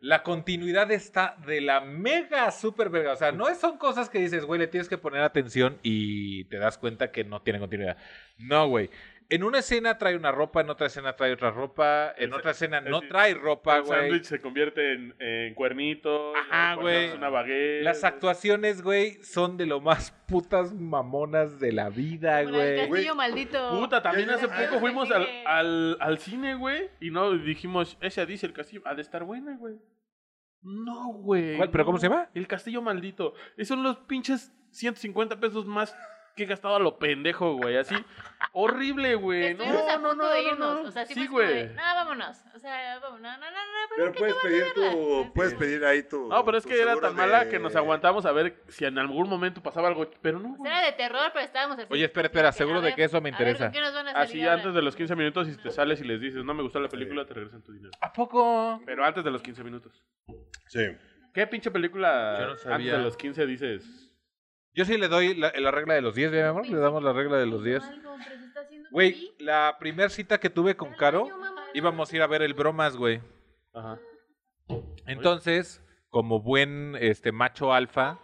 la continuidad está de la mega super verga. O sea, no es- son cosas que dices, güey, le tienes que poner atención y te das cuenta que no tiene continuidad. No, güey. En una escena trae una ropa, en otra escena trae otra ropa, en
El sa-
otra escena no
el-
trae ropa,
el sándwich
güey.
se convierte en, en cuernito.
Ajá,
luego
güey.
es una baguette.
Las actuaciones, güey, son de lo más putas mamonas de la vida,
Como la del
güey.
castillo maldito.
Puta, también
Ya, ya,
hace
ya.
poco
Ah,
fuimos
sí,
al,
que-
al, al cine, güey, y no dijimos, esa dice el castillo, ha de estar buena, güey. No, güey.
¿Cuál? ¿Pero
no.
cómo se llama?
El castillo maldito. Esos son los pinches 150 pesos más que he gastado a lo pendejo, güey. Así, horrible, güey. No,
Estuvimos a
no,
punto
no,
de
no,
irnos.
no.
O sea, sí,
sí,
fue como de,
güey.
No, vámonos. O sea, vámonos. No, no, no, no.
Pero puedes pedir tu. pues, Puedes pedir ahí tu.
No, pero es
tu
que era
seguro
tan mala
de-
que nos aguantamos a ver si en algún momento pasaba algo. Pero no,
O
güey.
sea, era de terror, pero estábamos así.
Oye, espera, espera,
como
seguro
a
de
ver,
que eso me
a ver, ¿con
interesa.
qué nos van a
Así
salir ahora?
antes de los 15 minutos, si te sales y les dices, no me gustó la película, te regresan tu dinero.
¿A poco?
Pero antes de los 15 minutos.
Sí.
¿Qué pinche película
Yo no sabía.
antes de los 15 dices?
Yo sí le doy la, la regla de los 10, ¿ve, mi amor? Le damos la regla de los 10.
Algo, pero se está haciendo
Güey,
pipí.
la primera cita que tuve con
Al
Caro,
baño, mamá.
íbamos a ir a ver el bromas, güey.
Ajá.
Entonces, como buen este macho alfa,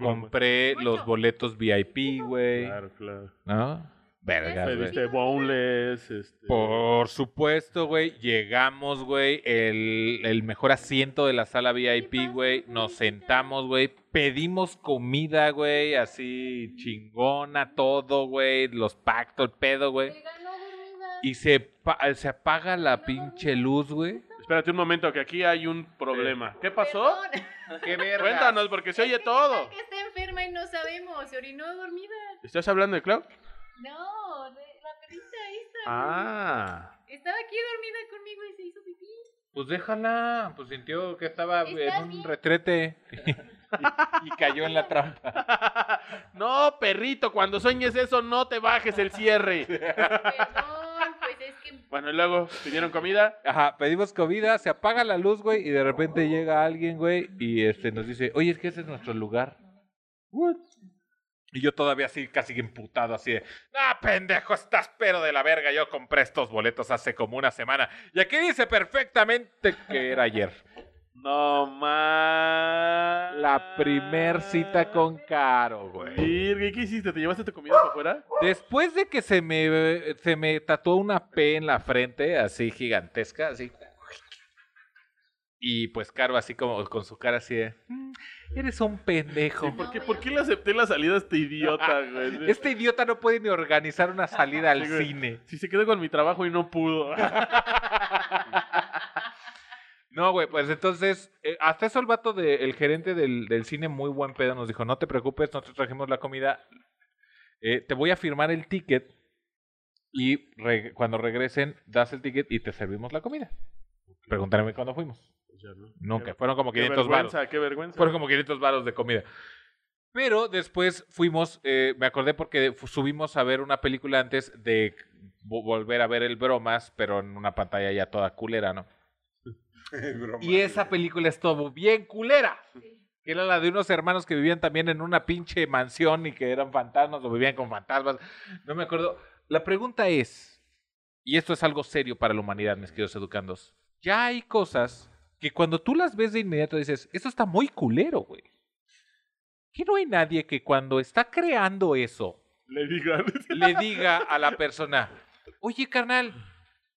compré los boletos VIP, güey.
Claro, claro.
¿No? Vergas,
Me
güey.
viste Boneless, este...
Por supuesto, güey. Llegamos, güey. El, el mejor asiento de la sala VIP, güey. Nos sentamos, güey. Pedimos comida, güey. Así chingona, todo, güey. Los pactos, el pedo, güey.
Oiga, no, dormida.
Y se, pa- se apaga la pinche luz, güey.
Espérate un momento, que aquí hay un problema. ¿Qué pasó?
Perdón.
¡Qué verga!
Cuéntanos, porque se oye
Ay,
todo.
que está enferma y no sabemos. Se orinó dormida.
¿Estás hablando de Clau?
No, de- la perrita esta.
Ah.
Estaba aquí dormida conmigo y se hizo pipí.
Pues déjala. Pues sintió que estaba
¿Estás
en un
bien?
retrete. y, y cayó en la trampa.
No, perrito, cuando sueñes eso, no te bajes el cierre.
Perdón, pues es que
Bueno, y luego pidieron comida.
Ajá, pedimos comida, se apaga la luz, güey, y de repente llega alguien, güey, y este nos dice, oye, es que ese es nuestro lugar. Y yo todavía así, casi emputado, así de, ah, pendejo, estás pero de la verga, yo compré estos boletos hace como una semana. Y aquí dice perfectamente que era ayer.
No más.
La primer cita con Caro, güey.
¿Qué hiciste? ¿Te llevaste tu comida para afuera?
Después de que se me, eh, se me tatuó una P en la frente, así gigantesca, así. Y pues Caro así como con su cara así de, "Mm, eres un pendejo.
¿Por qué, ¿Por qué le acepté la salida a este idiota, güey?
Este idiota no puede ni organizar una salida al
Sí, güey.
cine.
Si se quedó con mi trabajo y no pudo.
No, güey, pues entonces, eh, hasta eso el vato del gerente del, del cine, muy buen pedo, nos dijo, no te preocupes, nosotros trajimos la comida, eh, te voy a firmar el ticket y re- cuando regresen das el ticket y te servimos la comida. Pregúntame cuándo fuimos. Nunca, fueron como
Qué
500 varos.
vergüenza, qué vergüenza.
Fueron como 500 varos de comida. Pero después fuimos, eh, me acordé porque fu- subimos a ver una película antes de vo- volver a ver el bromas, pero en una pantalla ya toda culera, ¿no? Y esa película estuvo bien culera. Que era la de unos hermanos que vivían también en una pinche mansión y que eran fantasmas o vivían con fantasmas. No me acuerdo. La pregunta es, y esto es algo serio para la humanidad, mis queridos educandos. Ya hay cosas que cuando tú las ves de inmediato dices, esto está muy culero, güey. Que no hay nadie que cuando está creando eso
Le digan.
le diga a la persona, oye, carnal,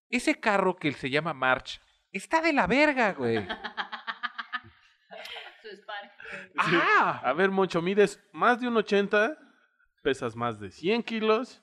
ese carro que se llama March está de la verga, güey.
Su Spark.
Ajá.
A ver, Moncho, mides más de un 80, pesas más de 100 kilos.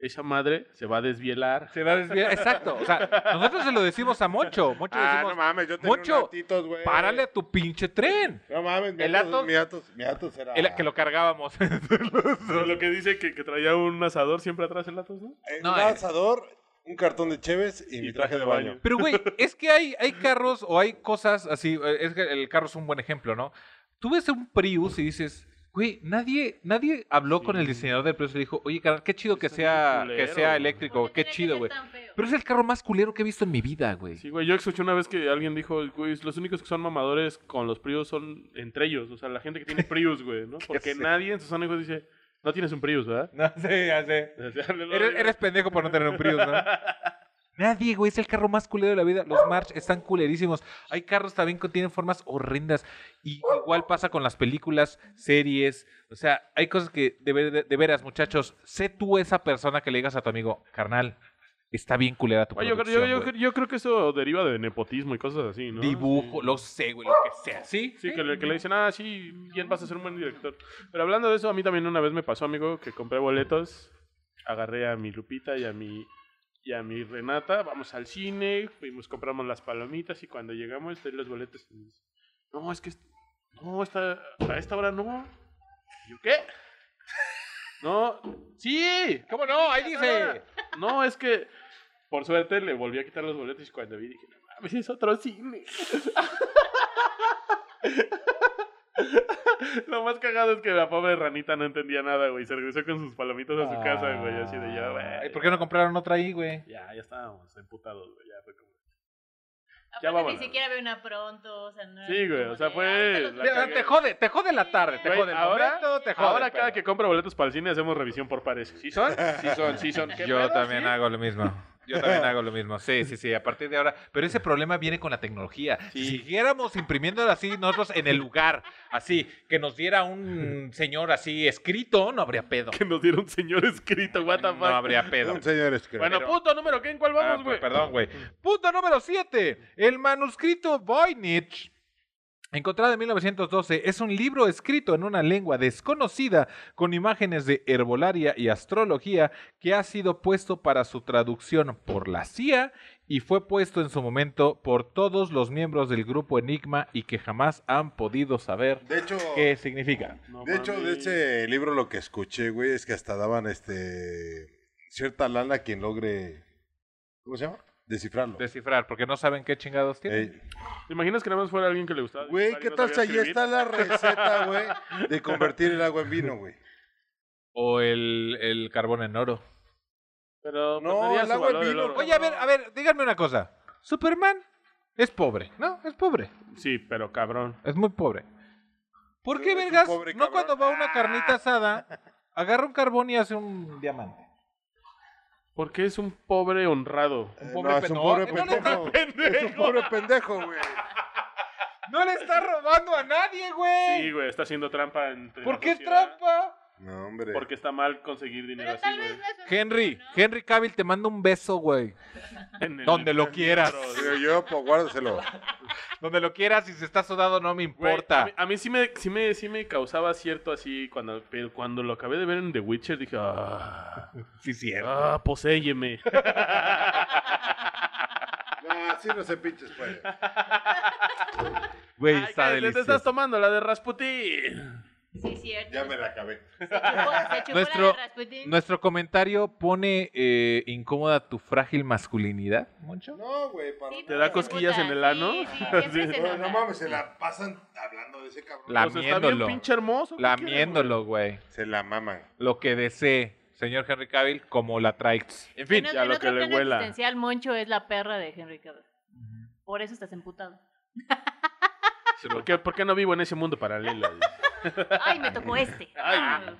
Esa madre se va a desvielar.
Se va a desviar. Pues, Exacto. O sea, nosotros se lo decimos a Moncho. Moncho
Ah,
decimos,
no mames, yo tenía
Mucho.
unos atitos, güey.
párale a tu pinche tren.
No mames, mi
El
Atos-
Atos-
mi Atos, mi Atos era...
El- que lo cargábamos.
Lo que dice que, que traía un asador siempre atrás el latos, ¿no?
eh,
no,
un
eh.
asador, un cartón de cheves y, mi traje de baño.
Pero, güey, es que hay, hay carros o hay cosas así. eh, Es que el carro es un buen ejemplo, ¿no? Tú ves un Prius y dices, güey, nadie, nadie habló con el diseñador del Prius y le dijo, oye, carnal, qué chido que
Está bien
sea,
culero,
que sea
güey.
eléctrico,
¿Por
qué
tiene que
chido,
ser
güey.
tan feo?
Pero es el carro más culero que he visto en mi vida, güey.
Sí, güey, yo escuché una vez que alguien dijo, güey, los únicos que son mamadores con los Prius son entre ellos, o sea, la gente que tiene Prius, güey, ¿no? Porque
sé?
nadie en sus años dice, no tienes un Prius, ¿verdad?
No sé, ya sé.
O sea, no lo
Eres,
digo.
eres pendejo por no tener un Prius, ¿no? Nadie, güey, es el carro más culero de la vida. Los March están culerísimos. Hay carros también que tienen formas horrendas. Y igual pasa con las películas, series. O sea, hay cosas que, de, ver- de veras, muchachos, sé tú esa persona que le digas a tu amigo, carnal, está bien culera tu
Oye, yo, creo-
producción,
yo- yo-
güey.
yo creo que eso deriva de nepotismo y cosas así, ¿no?
Dibujo,
Sí.
lo sé, güey, lo que sea. ¿Sí?
Sí, que le, que le dicen, ah, sí, bien vas a ser un buen director. Pero hablando de eso, a mí también una vez me pasó, amigo, que compré boletos, agarré a mi Lupita y a mi, y a mi Renata, vamos al cine, fuimos, compramos las palomitas y cuando llegamos, te los boletos. y me dice, no, es que, est- no, está, a esta hora no. Y ¿Yo qué? No, sí,
¿Cómo no? Ahí dice.
no, es que por suerte le volví a quitar los boletos y cuando vi dije, no mames, es otro cine. Lo más cagado es que la pobre ranita no entendía nada, güey. Se regresó con sus palomitas a su casa, güey. Así de ya,
Ay,
güey.
¿Por qué no compraron otra ahí, güey?
Ya, ya estábamos emputados, güey. Ya fue como. Ya
Aparte, ni
vámonos.
siquiera ve una pronto, o sea, no era
Sí, güey,
como
o sea,
de,
fue
"Ahorita los
la
veo".
cagué.
Te jode, te jode la tarde, te
Güey,
jode el
ahora-
momento, te jode.
Ahora
el
cada
pedo.
que compra boletos para el cine hacemos revisión por pares. ¿Sí son? Sí son, sí son. ¿Qué
Yo
pedo?
también
¿Sí?
hago lo mismo. Yo también hago lo mismo. Sí, sí, sí. A partir de ahora. Pero ese problema viene con la tecnología.
Sí.
Si siguiéramos imprimiendo así nosotros en el lugar, así, que nos diera un señor así escrito, no habría pedo.
Que nos diera un señor escrito, what the fuck.
No habría pedo.
Un señor escritor.
Bueno,
Pero-
punto número, ¿qué? ¿En cuál
Ah,
vamos,
pues,
güey?
perdón, güey. Punto número 7. El manuscrito Voynich, encontrado en 1912, es un libro escrito en una lengua desconocida con imágenes de herbolaria y astrología que ha sido puesto para su traducción por la CIA y fue puesto en su momento por todos los miembros del grupo Enigma y que jamás han podido saber
de hecho,
qué significa.
No
de, hecho de
mames.
ese libro lo que escuché, güey, es que hasta daban este cierta lana a quien logre... ¿Cómo se llama? Descifrarlo.
Descifrar, porque no saben qué chingados tiene.
Ey.
¿Te imaginas que nada más fuera alguien que le gustaba?
Güey,
dibujar y
¿qué
no
tal si
sabía
ahí
escribir?
está la receta, güey, de convertir el agua en vino, güey?
O el, el carbón en oro.
Pero
No,
perdería
el
su
agua
valor
vino,
oro.
Oye, a ver, a ver, díganme una cosa. Superman es pobre, ¿no? Es pobre.
Sí, pero cabrón.
Es muy pobre. ¿Por qué,
Es un
vergas,
pobre
no
cabrón.
cuando va a una carnita asada, agarra un carbón y hace un diamante?
Porque es un pobre honrado.
Eh,
pobre
no, es un
pendejo.
pobre
Eh, no le-
pendejo. Es un pobre pendejo, güey.
No le está robando a nadie, güey.
Sí, güey, está haciendo trampa. Entre
¿Por
la
qué
sociedad.
trampa?
No, hombre.
Porque está mal conseguir dinero
Pero
así,
tal
güey.
vez no es un
Henry,
¿no?
Henry Cavill te manda un beso, güey.
En el-
Donde lo quieras.
Digo yo, pues guárdaselo.
Donde lo quieras, si se está sudado no me
Güey,
importa.
a mí, a mí sí, me, sí, me, sí me causaba cierto así, cuando, pero cuando lo acabé de ver en The Witcher dije, ah,
Sí, cierto.
ah poséyeme.
No, así no se pinches, pues.
Güey,
Ay,
está
cállate, te
delicioso.
estás tomando la de Rasputin.
Sí, cierto.
Ya me la acabé.
Se chupó, se chupó
Nuestro-
la de Rasputin.
Nuestro comentario pone eh, incómoda tu frágil masculinidad, Moncho.
No, güey, para.
Sí,
¿Te da
se
cosquillas
emputa,
en el ano?
Sí, sí, siempre
Sí.
se
Bueno, no
nota.
mames, se la pasan hablando de ese cabrón.
La-
Pues está bien
Lamiéndolo.
pinche hermoso. ¿qué quieres,
Lamiéndolo, güey.
Se la maman.
Lo que desee, señor Henry Cavill, como la traes. En fin,
En-
ya
en
lo
otro
que le
plano
huela.
existencial, Moncho es la perra de Henry Cavill. Por eso estás emputado.
güey? ¿Por qué, por qué no vivo en ese mundo paralelo?
Ay, me tocó este.
Ay.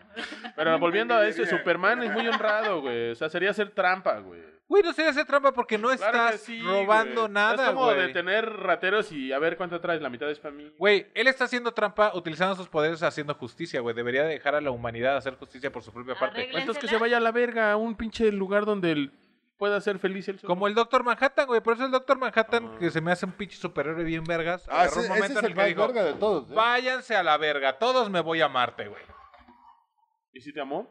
Pero volviendo a ese, Superman es muy honrado, güey. O sea, sería hacer trampa, güey.
güey, no se hace trampa porque no
Claro que
estás
sí,
robando
güey.
nada,
Es como
güey.
de tener rateros y a ver cuánto traes, la mitad es para mí.
Güey, él está haciendo trampa utilizando sus poderes haciendo justicia, güey. Debería dejar a la humanidad hacer justicia por su propia parte.
Arregla-
Entonces que
Lénsela.
se vaya a la verga a un pinche lugar donde él pueda ser feliz el
Como el Doctor Manhattan, güey. Por eso el Doctor Manhattan,
Ah.
que se me hace un pinche superhéroe bien vergas,
Ah,
agarró
ese,
un momento
ese es
en
el
el que
más
dijo,
verga de todos. ¿eh?
váyanse a la verga, todos me voy a Marte, güey.
¿Y si te amó?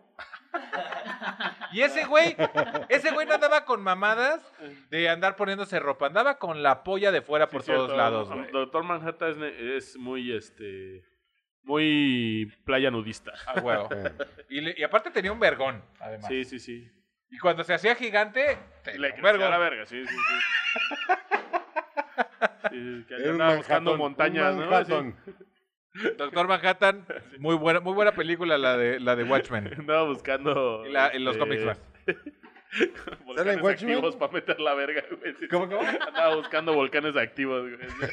Y ese güey, ese güey no andaba con mamadas de andar poniéndose ropa, andaba con la polla de fuera por
Sí,
todos
cierto.
lados,
Am-
güey.
Doctor Manhattan es, ne- es muy, este... Muy playa nudista.
A huevo. Y, le- y aparte tenía un vergón, además.
Sí, sí, sí.
Y cuando se hacía gigante, tenía
Le
un
creció
vergón.
a la verga, sí, sí, sí. Sí, que
Era un
andaba
Manhattan,
buscando montañas,
un
¿no? Así.
Manhattan.
Doctor Manhattan, muy buena, muy buena película la de, la de Watchmen.
Andaba buscando...
Y la- en los
este,
cómics más.
Volcanes
Watchmen?
activos para meter la verga, güey. Sí,
¿Cómo, cómo?
Andaba buscando volcanes activos, güey.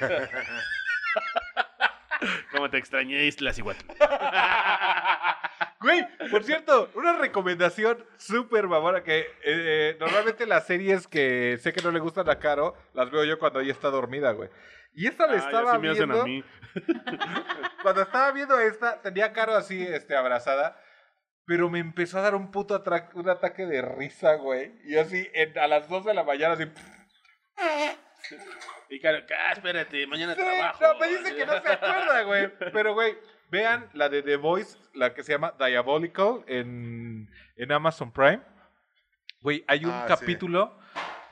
Como te extrañé, Islas Iguatl.
Ah, Güey, por cierto, una recomendación súper mamona que eh, eh, normalmente las series que sé que no le gustan a Caro, las veo yo cuando ella está dormida, güey. Y esta la estaba
Ah, me hacen
viendo,
a mí.
cuando estaba viendo esta, tenía a Caro así, este, abrazada, pero me empezó a dar un puto atra- un ataque de risa, güey. Y así, en- a las 2 de la mañana, así...
Y claro, ah, espérate, mañana
Sí,
trabajo.
no, me dice que no se acuerda, güey. Pero, güey, vean la de The Voice, la que se llama Diabolical en, en Amazon Prime. Güey, hay un
Ah, sí.
capítulo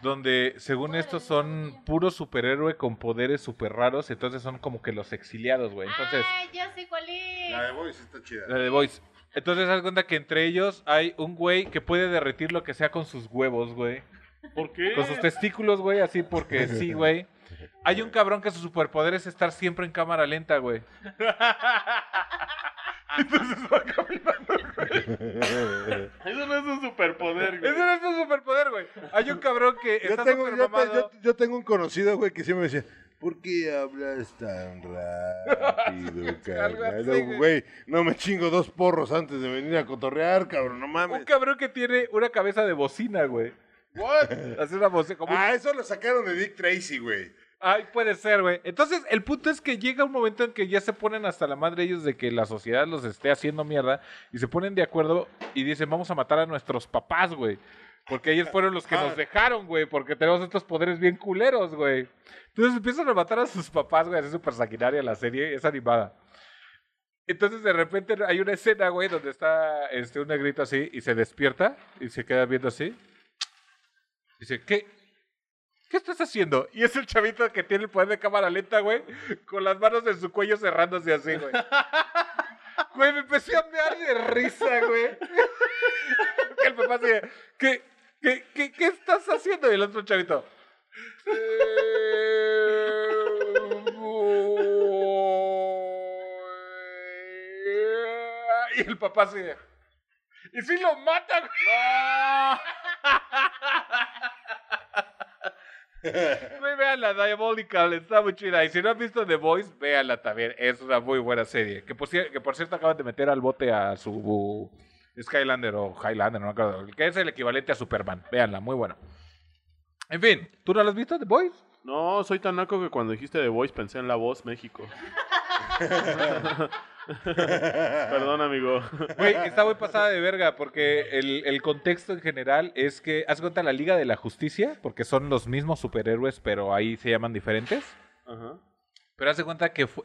donde, según esto, son puro superhéroe con poderes super raros. Entonces son como que los exiliados, güey. Entonces,
Ay, ya sé cuál es.
La de Boys está chida.
la de The Voice. Entonces, haz cuenta que entre ellos hay un güey que puede derretir lo que sea con sus huevos, güey.
¿Por qué?
Con sus testículos, güey, así porque sí, güey. Hay un cabrón que su superpoder es estar siempre en cámara lenta, güey.
Eso no es un superpoder, güey.
Ese no es tu superpoder, güey. Hay un cabrón que
Yo
está
tengo,
súper
yo, te-
mamado.
yo, yo tengo un conocido, güey, que siempre me decía, ¿por qué hablas tan rápido,
Algo así,
cabrón?
güey.
Güey, no me chingo dos porros antes de venir a cotorrear, cabrón, no
Un
mames.
cabrón que tiene una cabeza de bocina, güey. ¿What? Hace una bocina como un-
Ah, eso lo sacaron de Dick Tracy, güey.
Ay, puede ser, güey. Entonces, el punto es que llega un momento en que ya se ponen hasta la madre ellos de que la sociedad los esté haciendo mierda y se ponen de acuerdo y dicen, vamos a matar a nuestros papás, güey. Porque ellos fueron los que nos dejaron, güey, porque tenemos estos poderes bien culeros, güey. Entonces empiezan a matar a sus papás, güey. Es súper sanguinaria la serie, es animada. Entonces de repente hay una escena, güey, donde está este, un negrito así y se despierta y se queda viendo así. Dice, ¿qué? ¿Qué estás haciendo? Y es el chavito que tiene el poder de cámara lenta, güey, con las manos en su cuello cerrándose así, güey. Güey, me empecé a mear de risa, güey. Porque el papá se ¿qué, qué, qué, qué estás haciendo? Y el otro chavito. "Eh, voy". Y el papá así de, Y si lo mata, güey. Güey, vean la Diabolical, está muy chida. Y si no han visto The Voice, véanla también. Es una muy buena serie. Que por, cier- que por cierto acaban de meter al bote a su uh, Skylander o Highlander, no me acuerdo. Que es el equivalente a Superman. Véanla, muy buena. En fin, ¿tú no la has visto, The Voice?
No, soy tan naco que cuando dijiste The Voice pensé en La Voz México. Perdón, amigo.
Güey, está muy pasada de verga porque el, el contexto en general es que, haz cuenta la Liga de la Justicia, porque son los mismos superhéroes, pero ahí se llaman diferentes.
Ajá.
Pero hace cuenta que fue...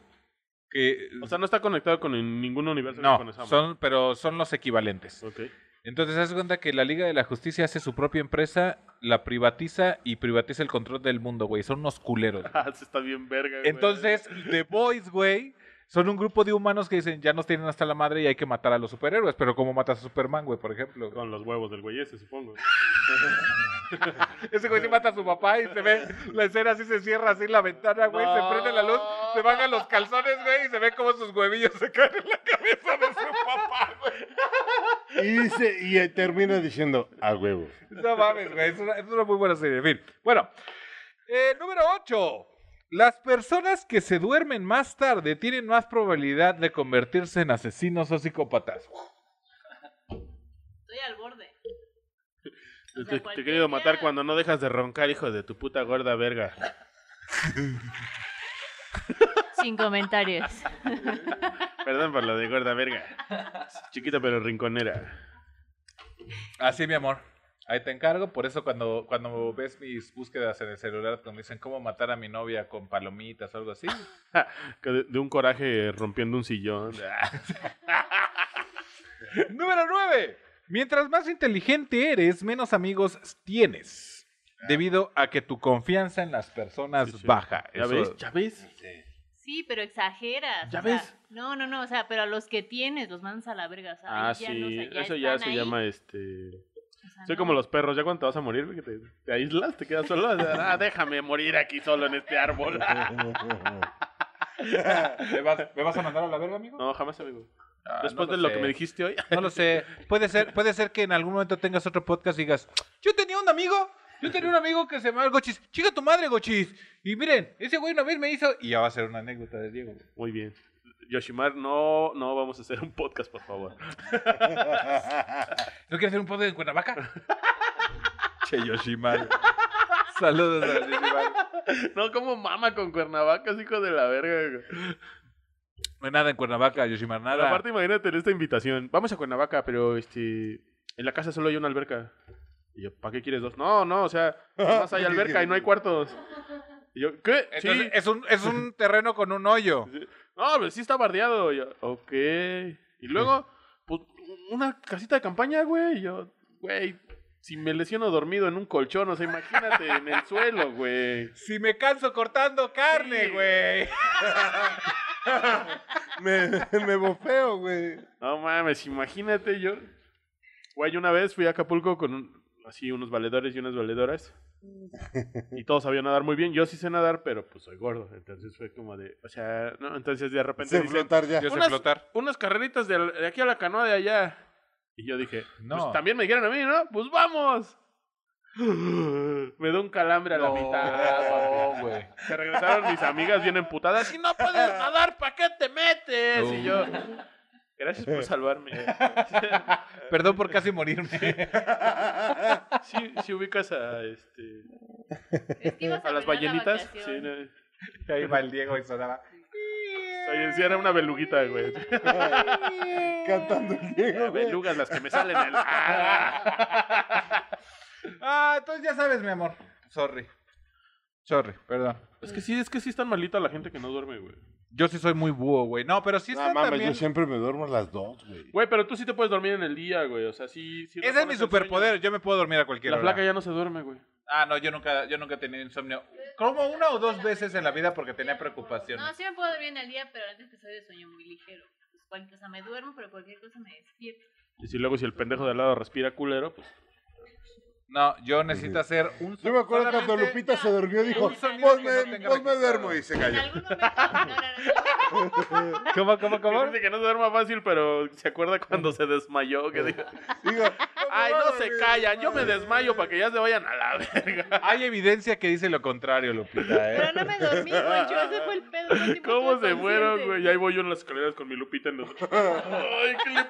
Que,
O sea, no está conectado con ningún universo que
no,
conozcamos.
son, pero son los equivalentes.
Ok.
Entonces, haz cuenta que la Liga de la Justicia hace su propia empresa, la privatiza y privatiza el control del mundo, güey. Son unos culeros. güey.
Ah, eso está bien verga, güey.
Entonces, The Boys, güey, son un grupo de humanos que dicen, ya nos tienen hasta la madre y hay que matar a los superhéroes. Pero ¿cómo matas a Superman, güey, por ejemplo? güey?
Con los huevos del güey ese, supongo.
Ese güey se mata a su papá y se ve la escena así, se cierra así la ventana, güey, se prende la luz, se bajan los calzones, güey, y se ve como sus huevillos se caen en la cabeza de su papá, güey.
Y, dice, y eh, termina diciendo, a huevo.
No mames, güey. Es una, es una muy buena serie. En fin. Bueno. Eh, número 8. Las personas que se duermen más tarde tienen más probabilidad de convertirse en asesinos o psicópatas.
Estoy al borde.
Te,
sea,
te he
cualquier
querido matar
día.
cuando no dejas de roncar, hijo de tu puta gorda verga.
Sin comentarios.
Perdón por lo de gorda verga. Chiquita pero rinconera.
Así, mi amor. Ahí te encargo. Por eso cuando, cuando ves mis búsquedas en el celular, cuando dicen cómo matar a mi novia con palomitas o algo así.
Que De, de un coraje rompiendo un sillón. Ah,
Número 9. Mientras más inteligente eres, menos amigos tienes. Debido a que tu confianza en las personas
Sí, sí.
baja.
¿Ya
Eso-
ves? ¿Ya ves?
Sí, pero exageras.
¿Ya
o sea,
ves?
no, no, no. O sea, pero a los que tienes los mandas a la verga. O sea,
Ah,
ahí ya no, o
sí.
sea, ya
Eso ya
están
se
ahí,
llama este.
o sea,
Soy
no.
como los perros, ya cuando te vas a morir, güey, que te, te aíslas, te quedas solo. o sea, ah, déjame morir aquí solo en este árbol.
¿Me vas, me vas a mandar a la verga, amigo?
No, jamás, amigo.
Ah,
Después
no
de lo
sé.
que me dijiste hoy.
No lo sé. Puede ser, puede ser que en algún momento tengas otro podcast y digas, yo tenía un amigo, yo tenía un amigo que se llamaba el Gochis. Chica tu madre, Gochis. Y miren, ese güey una vez me hizo... Y ya va a ser una anécdota de Diego.
Muy bien. Yoshimar, no, no vamos a hacer un podcast, por favor.
¿No quieres hacer un podcast en Cuernavaca? che, Yoshimal. Saludos a Yoshimal.
No, como mama con cuernavacas, hijo de la verga. güey.
No hay nada en Cuernavaca, Yoshimal,
Pero
nada.
aparte, imagínate en esta invitación. Vamos a Cuernavaca, pero este. En la casa solo hay una alberca. Y yo, ¿para qué quieres dos? No, no, o sea, más hay alberca y no hay cuartos. Y yo, ¿qué?
Entonces, eh,
sí.
es, un, es un terreno con un hoyo.
No, pero sí está bardeado. Y yo, ok. Y luego, pues, una casita de campaña, güey. Y yo, güey, si me lesiono dormido en un colchón, o sea, imagínate, en el suelo, güey.
Si me canso cortando carne,
Sí.
güey.
me, me bofeo, güey.
No mames, imagínate yo. Güey, yo una vez fui a Acapulco con un- así unos valedores y unas valedoras. Y todos sabían nadar muy bien. Yo sí sé nadar, pero pues soy gordo. Entonces fue como de, o sea, no, entonces de repente
Sé
dicen,
flotar ya.
Yo sé
Unas-
flotar.
unas carreritas de, de aquí a la canoa de allá. Y yo dije,
No.
pues también me dijeron a mí, ¿no? Pues vamos. Me dio un calambre a la mitad. papi.
güey.
Se regresaron mis amigas bien emputadas. Si no puedes nadar, ¿para qué te metes?
No.
Y yo, gracias por salvarme.
Perdón por casi morirme.
Si ubicas a, este,
Es que ibas
a las
planear la
ballenitas. Sí,
vacación.
no.
Ahí va el Diego y sonaba.
Oye, sí, era una beluguita, güey.
Cantando el Diego, güey.
Belugas las que me salen. del- Ah.
Ah, entonces ya sabes, mi amor. Sorry. Sorry, perdón.
Es que sí, es que sí es tan malita la gente que no duerme, güey.
Yo sí soy muy búho, güey. No, pero sí
No
está
mames,
también.
yo siempre me duermo a las dos, güey.
Güey, pero tú sí te puedes dormir en el día, güey. O sea, sí.
Ese
sí
es
repones
mi
el sueño.
superpoder. Yo me puedo dormir a cualquier
La
hora.
flaca ya no se duerme, güey.
Ah, no, yo nunca, yo nunca he tenido insomnio. Como una o dos veces en la vida porque tenía preocupaciones.
No, sí me puedo dormir en el día, pero antes que soy de sueño muy ligero. Pues cualquier cosa me duermo, pero cualquier cosa me despierto.
Y si luego si el pendejo de al lado respira culero, pues.
No, yo necesito hacer un
Yo me acuerdo cuando
solamente-
Lupita se durmió, dijo,
Un sonido
pues
que no
me,
tenga
pues me
registrado".
duermo y se
En
cayó.
algún momento. no, no, no,
¿Cómo, cómo, cómo?
Dice que no se duerma fácil, pero se acuerda cuando se desmayó. Que dijo,
Digo,
ay, no se callan, yo me desmayo para que ya se vayan a la verga.
Hay evidencia que dice lo contrario, Lupita, ¿eh?
Pero no me dormí, Poncho. Ese fue el pedo. no te
¿Cómo
puedo
se fueron,
consciente.
güey? Y ahí voy yo en las escaleras con mi lupita en los... Ay, ¿qué le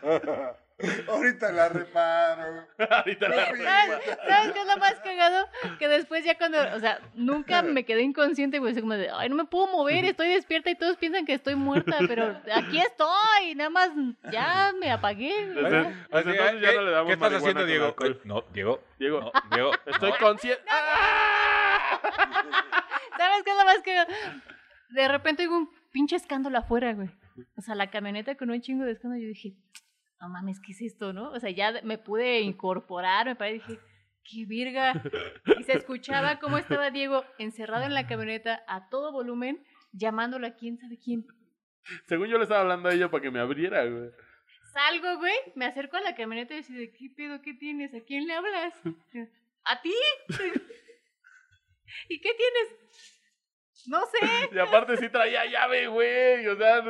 pasó?
Ahorita la reparo.
Ahorita la
Oye,
¿Sabes, ¿Sabes qué es lo más cagado? Que después ya cuando, o sea, nunca me quedé inconsciente, güey, así como de, ay, no me puedo mover, estoy despierta y todos piensan que estoy muerta, pero aquí estoy, nada más ya me apagué. güey.
Desde-
Así,
entonces ya
¿qué-
no le damos
¿Qué estás haciendo,
marihuana con
Diego?
alcohol.
No, Diego.
Diego,
No, Diego.
estoy
no.
consciente.
¿Sabes qué es lo más que De repente hubo un pinche escándalo afuera, güey. O sea, la camioneta con un chingo de escándalo. Yo dije, no mames, ¿qué es esto, no? O sea, ya me pude incorporar, me paré y dije, qué virga. Y se escuchaba cómo estaba Diego encerrado en la camioneta a todo volumen, llamándolo a quién sabe quién.
Según yo le estaba hablando a ella para que me abriera, güey.
Salgo, güey, me acerco a la camioneta y decía, ¿qué pedo, qué tienes? ¿A quién le hablas? ¿A ti? ¿Y qué tienes? No sé.
Y aparte sí traía llave, güey. O sea,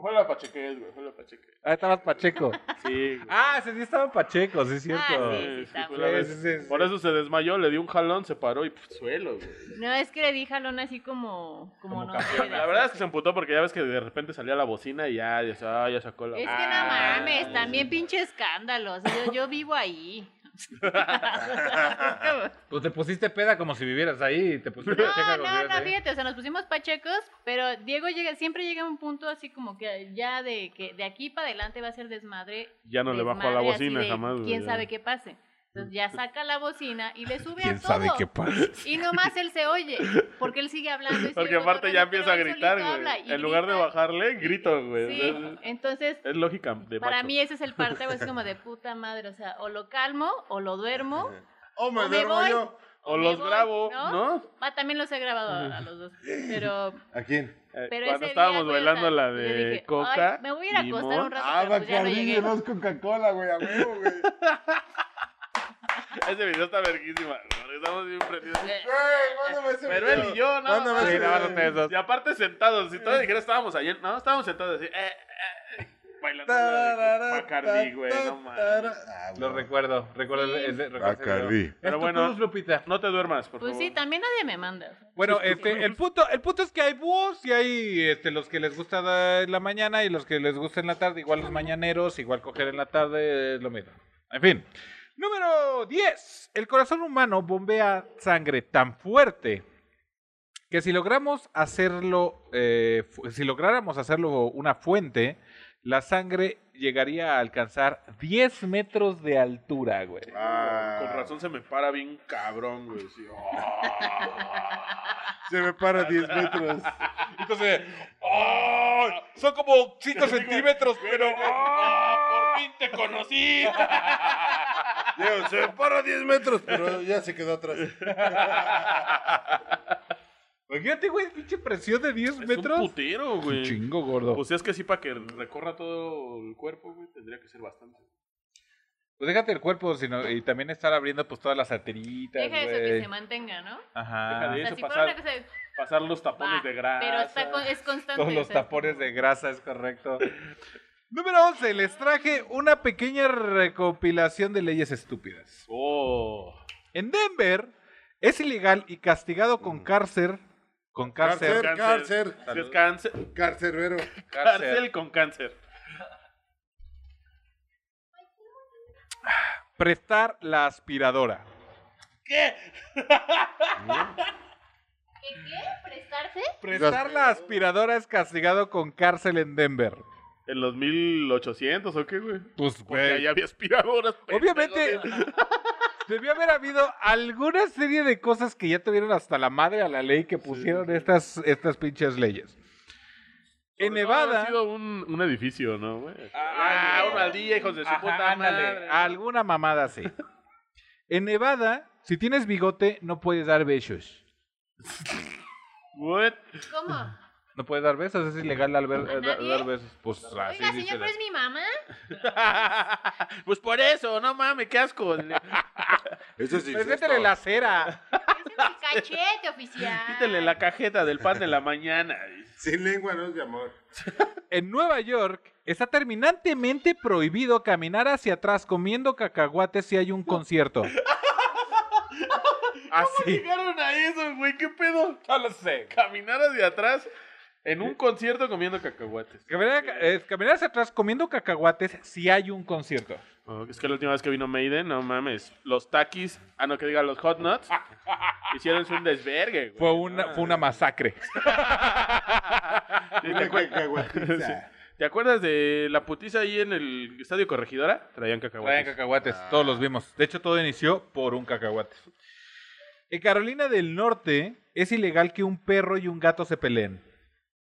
fue la pachequez, güey. Fue la pachequez.
Ah, estabas Pacheco.
Sí,
Ah, sí, sí estaban Pacheco, sí es cierto.
Ah, sí.
güey, sí,
está
fue la
bueno.
vez.
Sí, sí, sí.
Por eso se desmayó, le dio un jalón, se paró y pff, suelo, güey.
No, es que le di jalón así como, como, no sé,
La verdad es que se emputó porque ya ves que de repente salía la bocina y ya, ya, sa- ah, ya sacó la
Es que
bocina.
no mames, también pinche escándalo. o sea, yo, yo vivo ahí. no,
Pues te pusiste peda como si vivieras ahí. y Te pusiste pacheca como si
no,
vivieras
no,
¿eh?
ahí.
fíjate, o sea, nos pusimos pachecos, pero Diego llega, siempre llega a un punto así como que ya de que de aquí para adelante va a ser desmadre.
Ya no le bajó a la
desmadre así
bocina
de
jamás, güey.
Quién
ya.
sabe qué pase. Entonces ya saca la bocina y le sube a
¿Quién
todo.
sabe qué pasa?
Y nomás él se oye, porque él sigue hablando. y sigue
Porque aparte ya
cotorreando, pero
empieza a
él
gritar,
solito habla
güey.
y
En lugar de
grita.
bajarle, grito, güey.
Sí,
Entonces,
entonces
Es lógica de
para
macho.
mí ese es el parteaguas, es como de puta madre, o sea, o lo calmo, o lo duermo,
Oh, me
O me
duermo
voy.
yo.
O
me
los
voy,
grabo,
¿no?
¿no?
ah, también los he grabado a, a los dos, pero,
¿A quién?
Eh,
pero ese
Cuando
día,
estábamos
güey, o sea,
bailando la
yo
de
dije,
Coca,
"Ay, me voy a ir a
limón".
acostar un rato,
Ah,
pero pues ya no
Bacardí
llegué.
llevas Coca-Cola, güey, a huevo, güey.
Ese video está verguísima. Estamos bien prendidos.
eh,
Güey, mándame ese
Pero él
video.
y yo, no.
Mándame
mames.
ese
Sí, nada más
video.
ustedes dos.
Y aparte sentados, si todos dijeras estábamos ayer, no, estábamos sentados así, eh, eh, eh, bailando la de Bacardi, güey, no mames.
Ah,
Lo
güey.
recuerdo. Recuerdo
Sí.
ese- recuerdo ese
Bacardí.
video. Es
Pero
tu
bueno.
cruz, Lupita.
No te duermas, por
Pues
favor.
sí, también nadie me manda.
Bueno, este, el punto, el punto es que hay búhos y hay este, los que les gusta da- en la mañana y los que les gusta en la tarde, igual los mañaneros, igual coger en la tarde, eh, lo mismo. En fin. Número 10. El corazón humano bombea sangre tan fuerte que si logramos hacerlo, eh, fu- si lográramos hacerlo una fuente, la sangre llegaría a alcanzar 10 metros de altura, güey.
Ah.
Con razón se me para bien cabrón, güey. sí. oh, Ah.
Se me para 10 metros.
Entonces, ¡oh! Son como 5 centímetros, pero ¡oh!
Por fin te conocí.
Digo, se me para 10 metros, pero ya se quedó atrás.
Imagínate, güey, pinche presión de 10
Es
metros.
un putero, güey.
Chingo gordo.
Pues es que sí, para que recorra todo el cuerpo, güey, tendría que ser bastante.
Pues déjate el cuerpo sino, y también estar abriendo pues todas las arteritas,
Deja eso que
güey.
se mantenga, ¿no?
Ajá.
Deja de
O sea,
Eso
si fuera
pasar-
una cosa de,
Pasar los tapones
Va,
de grasa.
pero está con- es constante.
Todos
o
los
sea,
tapones de grasa, es correcto. Número 11, les traje una pequeña recopilación de leyes estúpidas.
Oh.
En Denver es ilegal y castigado
Mm.
con cárcel. Con cárcel.
Cárcel, cárcel.
Si es cáncer,
Carcerbero.
cárcel con cáncer.
Prestar la aspiradora.
¿Qué, qué? ¿Prestarse?
Prestar la aspiradora es castigado con cárcel en Denver.
¿En los 1800 o qué, güey?
Pues,
Porque
güey.
allá había aspiradoras. pendejo,
Obviamente,
güey.
debió haber habido alguna serie de cosas que ya tuvieron hasta la madre a la ley que pusieron estas, estas pinches leyes. En
Sobre todo haber
Nevada.
sido un, un edificio, ¿no, güey?
Ah,
una aldea, hijos de su
Ajá,
puta
ándale,
madre.
Alguna mamada así. En Nevada, si tienes bigote, no puedes dar besos.
What?
¿Cómo?
No puedes dar besos, es ilegal dar, be-
¿A
eh, da-
nadie?
dar besos. Pues así
Oiga,
dice
señor,
la-
¿pero es mi mamá?
pues por eso, no mames, qué asco.
Eso sí.
Pues
Preséntale Pues la cera.
Ese Es mi cachete oficial.
Quítele la cajeta del pan de la mañana.
Sin lengua no es de amor.
En Nueva York está terminantemente prohibido caminar hacia atrás comiendo cacahuates si hay un concierto. Así.
Llegaron a eso, güey, qué pedo.
No lo sé.
Caminar hacia atrás En un concierto comiendo cacahuates.
Caminar, eh, caminar hacia atrás comiendo cacahuates si hay un concierto.
Oh, es que la última vez que vino Maiden, no mames. Los taquis, ah, no que diga los hot nuts, hicieron un desvergue, güey.
Fue una, fue una masacre.
Sí, ¿Te, acuer- ¿Te acuerdas de la putiza ahí en el estadio Corregidora? Traían cacahuates.
Traen cacahuates, todos los vimos. De hecho, todo inició por un cacahuate. En Carolina del Norte es ilegal que un perro y un gato se peleen.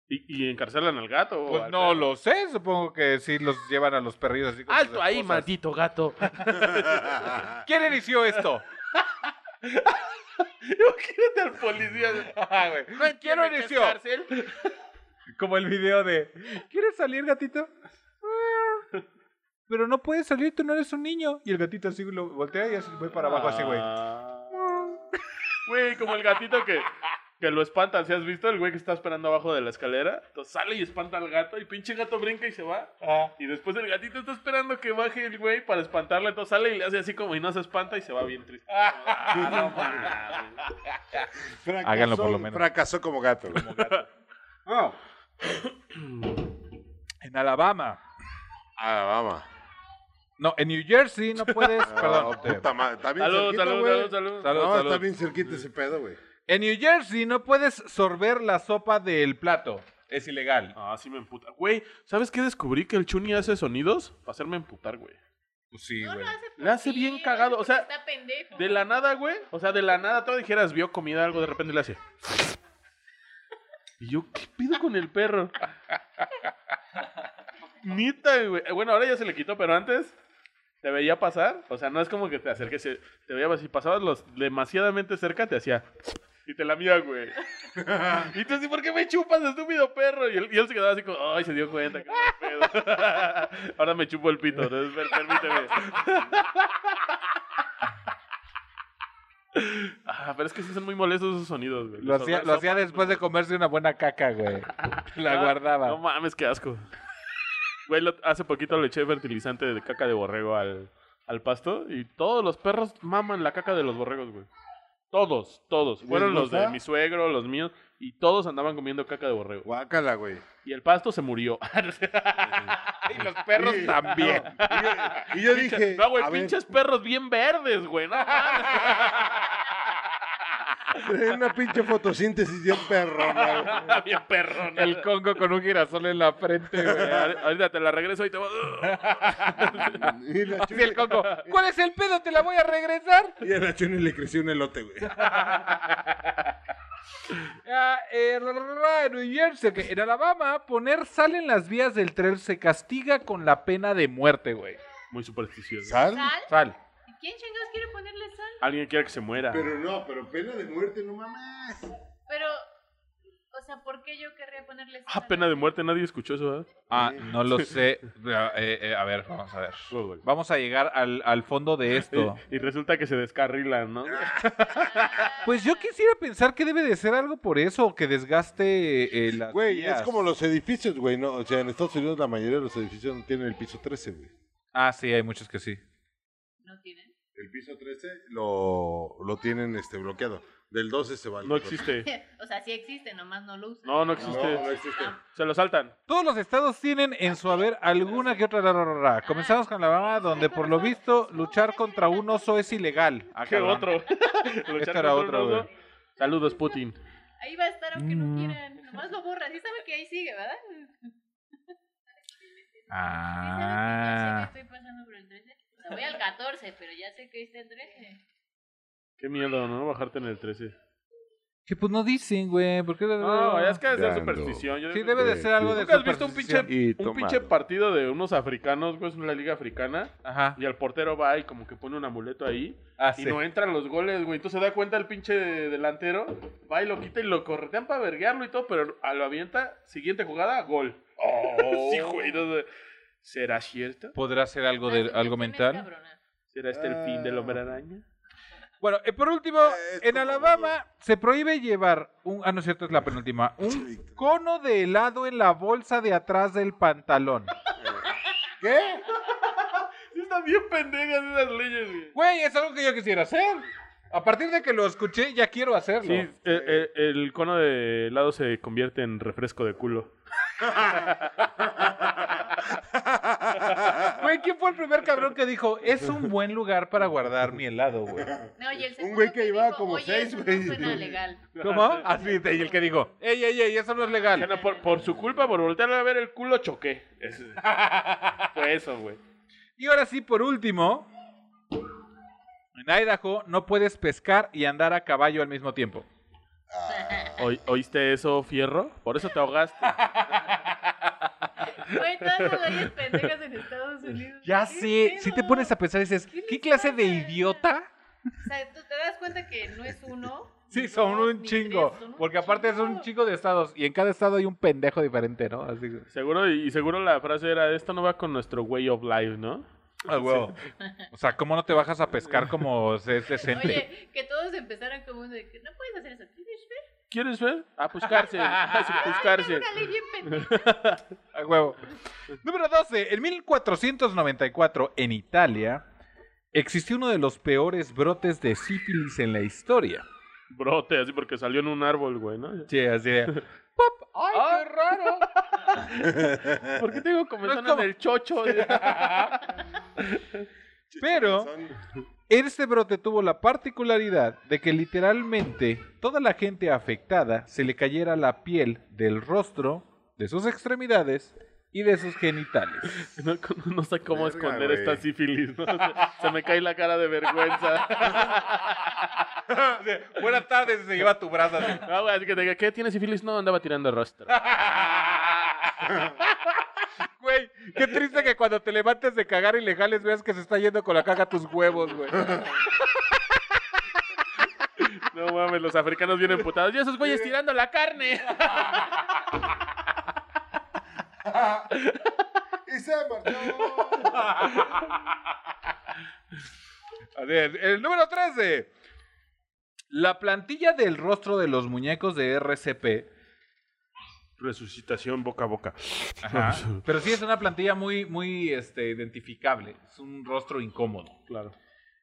¿Y, y encarcelan al gato? o
Pues
al
no
perro?
lo sé, supongo que sí los llevan a los perrillos así con sus
¡Alto ahí,
esposas.
maldito gato! Ah,
¿Quién inició esto?
Imagínate al policía.
Ah, güey. ¿Quién lo
quiero
inició? Como el video de ¿Quieres salir, gatito? Ah, Pero no puedes salir, tú no eres un niño. Y el gatito así lo voltea y así voy para abajo así, güey.
Ah. Güey, como el gatito que, que lo espantan. ¿Sí has visto? El güey que está esperando abajo de la escalera. Entonces sale y espanta al gato. Y pinche gato brinca y se va.
Ah.
Y después el gatito está esperando que baje el güey para espantarle. Entonces sale y le hace así como y no se espanta y se va bien
Ah,
triste.
Fracasó-
Háganlo por lo menos.
Fracasó como gato. güey.
Oh. En Alabama.
Ah, vamos.
No, en New Jersey no puedes. perdón.
Ah, puta madre. Está bien
Salud,
cerquita,
salud,
güey.
salud, salud,
Salud,
No,
salud.
está bien cerquita ese pedo, güey.
En New Jersey no puedes sorber la sopa del plato. Es ilegal.
Ah, sí me emputa. Güey, ¿sabes qué descubrí? Que el Chuni hace sonidos para hacerme emputar, güey.
Pues Sí,
No
güey.
lo hace por
Le hace
ti,
bien
lo
cagado,
hace
o sea,
porque está pendejo.
De la nada, güey. O sea, de la nada, todo dijeras, vio comida, algo, de repente le hace. Y yo, ¿qué pido con el perro? Nita, güey. Eh, Bueno, ahora ya se le quitó, pero antes te veía pasar. O sea, no es como que te acerques. eh, Te veía, si pasabas los demasiadamente cerca, te hacía. Y te lamía, güey. y tú así, ¿por qué me chupas, estúpido perro? Y él, y él se quedaba así como, ay, se dio cuenta. qué mal pedo". ahora me chupo el pito, entonces, per- permíteme. Ah, pero es que sí son muy molestos esos sonidos, güey.
Lo hacía, lo hacía después de comerse una buena caca, güey. La
No
guardaba.
mames, qué asco. Güey, lo- hace poquito le eché fertilizante de caca de borrego al, al pasto y todos los perros maman la caca de los borregos, güey. Todos, todos. Fueron los de
gusta?
mi suegro, los míos, y todos andaban comiendo caca de borrego.
Guácala, güey.
Y el pasto se murió.
Y los perros
Sí.
también.
Y yo dije.
no, güey,
a ver,
pinches perros bien verdes, güey. No,
trae una pinche fotosíntesis de un perro, güey.
mames, bien perro.
El Congo con un girasol en la frente, güey.
Ahorita te la regreso y te voy.
Y la
Y el
Chuni-
Congo, ¿cuál es el pedo? ¿Te la voy a regresar?
y a la Chuni le creció un elote, güey.
Ah, eh, ra, ra, ra, en New Jersey, que en Alabama, poner sal en las vías del tren se castiga con la pena de muerte, güey.
Muy supersticioso.
¿Sal?
¿Sal?
Sal.
¿Y ¿Quién chingados quiere ponerle sal?
Alguien quiere que se muera.
Pero no, pero pena de muerte, no mames.
Pero, o sea, ¿por qué yo querría ponerle sal?
Ah, pena de muerte, nadie escuchó eso, ¿verdad?
Ah, no lo sé. Eh, eh, a ver, vamos a ver. Vamos a llegar al, al fondo de esto.
Y, y resulta que se descarrilan, ¿no?
Pues yo quisiera pensar que debe de ser algo por eso, que desgaste eh, las
Güey, es
vías.
como los edificios, güey, ¿no? O sea, en Estados Unidos la mayoría de los edificios no tienen el piso 13, güey.
Ah, sí, hay muchos que sí.
¿No tienen?
El piso 13 lo, lo tienen este, bloqueado. Del 12 se va al
No
14.
existe.
O sea, sí existe, nomás no lo usan.
No, no
No,
existe.
pues. no existe.
Se lo saltan.
Todos los estados tienen en su haber alguna que otra. ra, ra, ra, ra. Comenzamos con Alabama, donde por lo visto luchar contra un oso es ilegal. Ah,
¿Qué
cabrón.
otro? Luchar
era
contra un
otro,
oso.
güey.
Saludos, Putin.
Ahí va a estar aunque
Mm.
no quieran. Nomás lo borras. Sí sabe que ahí sigue, ¿verdad?
Ah.
Sí sabe que yo sé que estoy pasando por el 13. O sea, voy al 14, pero ya sé que ahí está el 13.
Qué miedo, ¿no? Bajarte en el 13.
Que pues no dicen, güey. ¿Por qué?
No, ya es que debe ser
Dando.
superstición. Yo
Sí,
digo-
debe de ser algo de
¿Nunca has visto un
superstición.
pinche,
Y
un
tomado.
pinche partido de unos africanos, güey? Es una liga africana.
Ajá.
Y el portero va y como que pone un amuleto ahí.
Ah,
Y
sí.
no entran los goles, güey. Entonces se da cuenta el pinche delantero. Va y lo quita y lo corretean para verguearlo y todo, pero a lo avienta. Siguiente jugada, gol. sí, güey. no sé. ¿Será cierto?
¿Podrá ser algo,
Ah,
de, algo mental?
¿Será este el fin del hombre araña?
Bueno, eh, por último,
Eh, es
en
como-
Alabama se prohíbe llevar un. Ah, no es cierto, es la penúltima. Un cono de helado en la bolsa de atrás del pantalón.
¿Qué?
Sí, Están bien pendejas esas leyes, güey.
Güey, es algo que yo quisiera hacer. A partir de que lo escuché, ya quiero hacerlo.
Sí, eh, eh, el cono de helado se convierte en refresco de culo.
Ah, Güey, ¿quién fue el primer cabrón que dijo, es un buen lugar para guardar mi helado, güey?
No, y el
Un güey
segundo
que iba
dijo,
como
"Oye,
seis,
eso
güey".
No suena legal.
¿Cómo? Así, y el que dijo, ey, ey, ey, eso no es
Ya
legal.
no, por, por su culpa, por voltear a ver el culo, choqué. Es- fue eso, güey.
Y ahora sí, por último, en Idaho no puedes pescar y andar a caballo al mismo tiempo.
Oí- ¿Oíste eso, fierro? Por eso te ahogaste.
Güey, todas las leyes pendejas en Estados Unidos.
Ya
¿Qué
sé,
pedo?
si te pones a pensar, dices,
¿Qué les
¿qué clase de
pasa?
idiota?
O sea, tú te das cuenta que no es uno.
Sí,
ni
son
dos,
un
ni
chingo,
tres, son un
porque aparte es un chingo de estados y en cada estado hay un pendejo diferente, ¿no? Así que...
Seguro, y seguro la frase era, esto no va con nuestro way of life, ¿no?
Ah, O sea, ¿cómo no te bajas a pescar como se es decente?
Oye, que todos empezaran como uno de que no puedes hacer eso. ¿Tienes fe?
¿Quieres ver? A buscarse, a buscarse.
Una ley bien pendeja.
A Ah, huevo. Número 12. En 1494, en Italia, existió uno de los peores brotes de sífilis en la historia.
Brote, así porque salió en un árbol, güey, ¿no?
Sí, así de, ¡Pop! ¡Ay, qué raro!
¿Por qué tengo comezón
No es como-
en el chocho?
Pero este brote tuvo la particularidad de que literalmente toda la gente afectada se le cayera la piel del rostro, de sus extremidades y de sus genitales.
No, no sé cómo
Verga,
esconder
güey.
esta sífilis, ¿no? Se, se me cae la cara de vergüenza.
Ah, Buenas tardes, se lleva tu brazo.
No, güey, así que te diga, ¿qué tiene sífilis? No, andaba tirando rostro.
Güey, qué triste que cuando te levantes de cagar y le jales veas que se está yendo con la caga a tus huevos, güey.
No mames, los africanos vienen emputados. Y esos güeyes tirando la carne.
Y se marchó.
A ver, el número 13. La plantilla del rostro de los muñecos de RCP.
Resucitación boca a boca.
Ajá. Pero sí es una plantilla muy, muy este, identificable. Es un rostro incómodo.
Claro.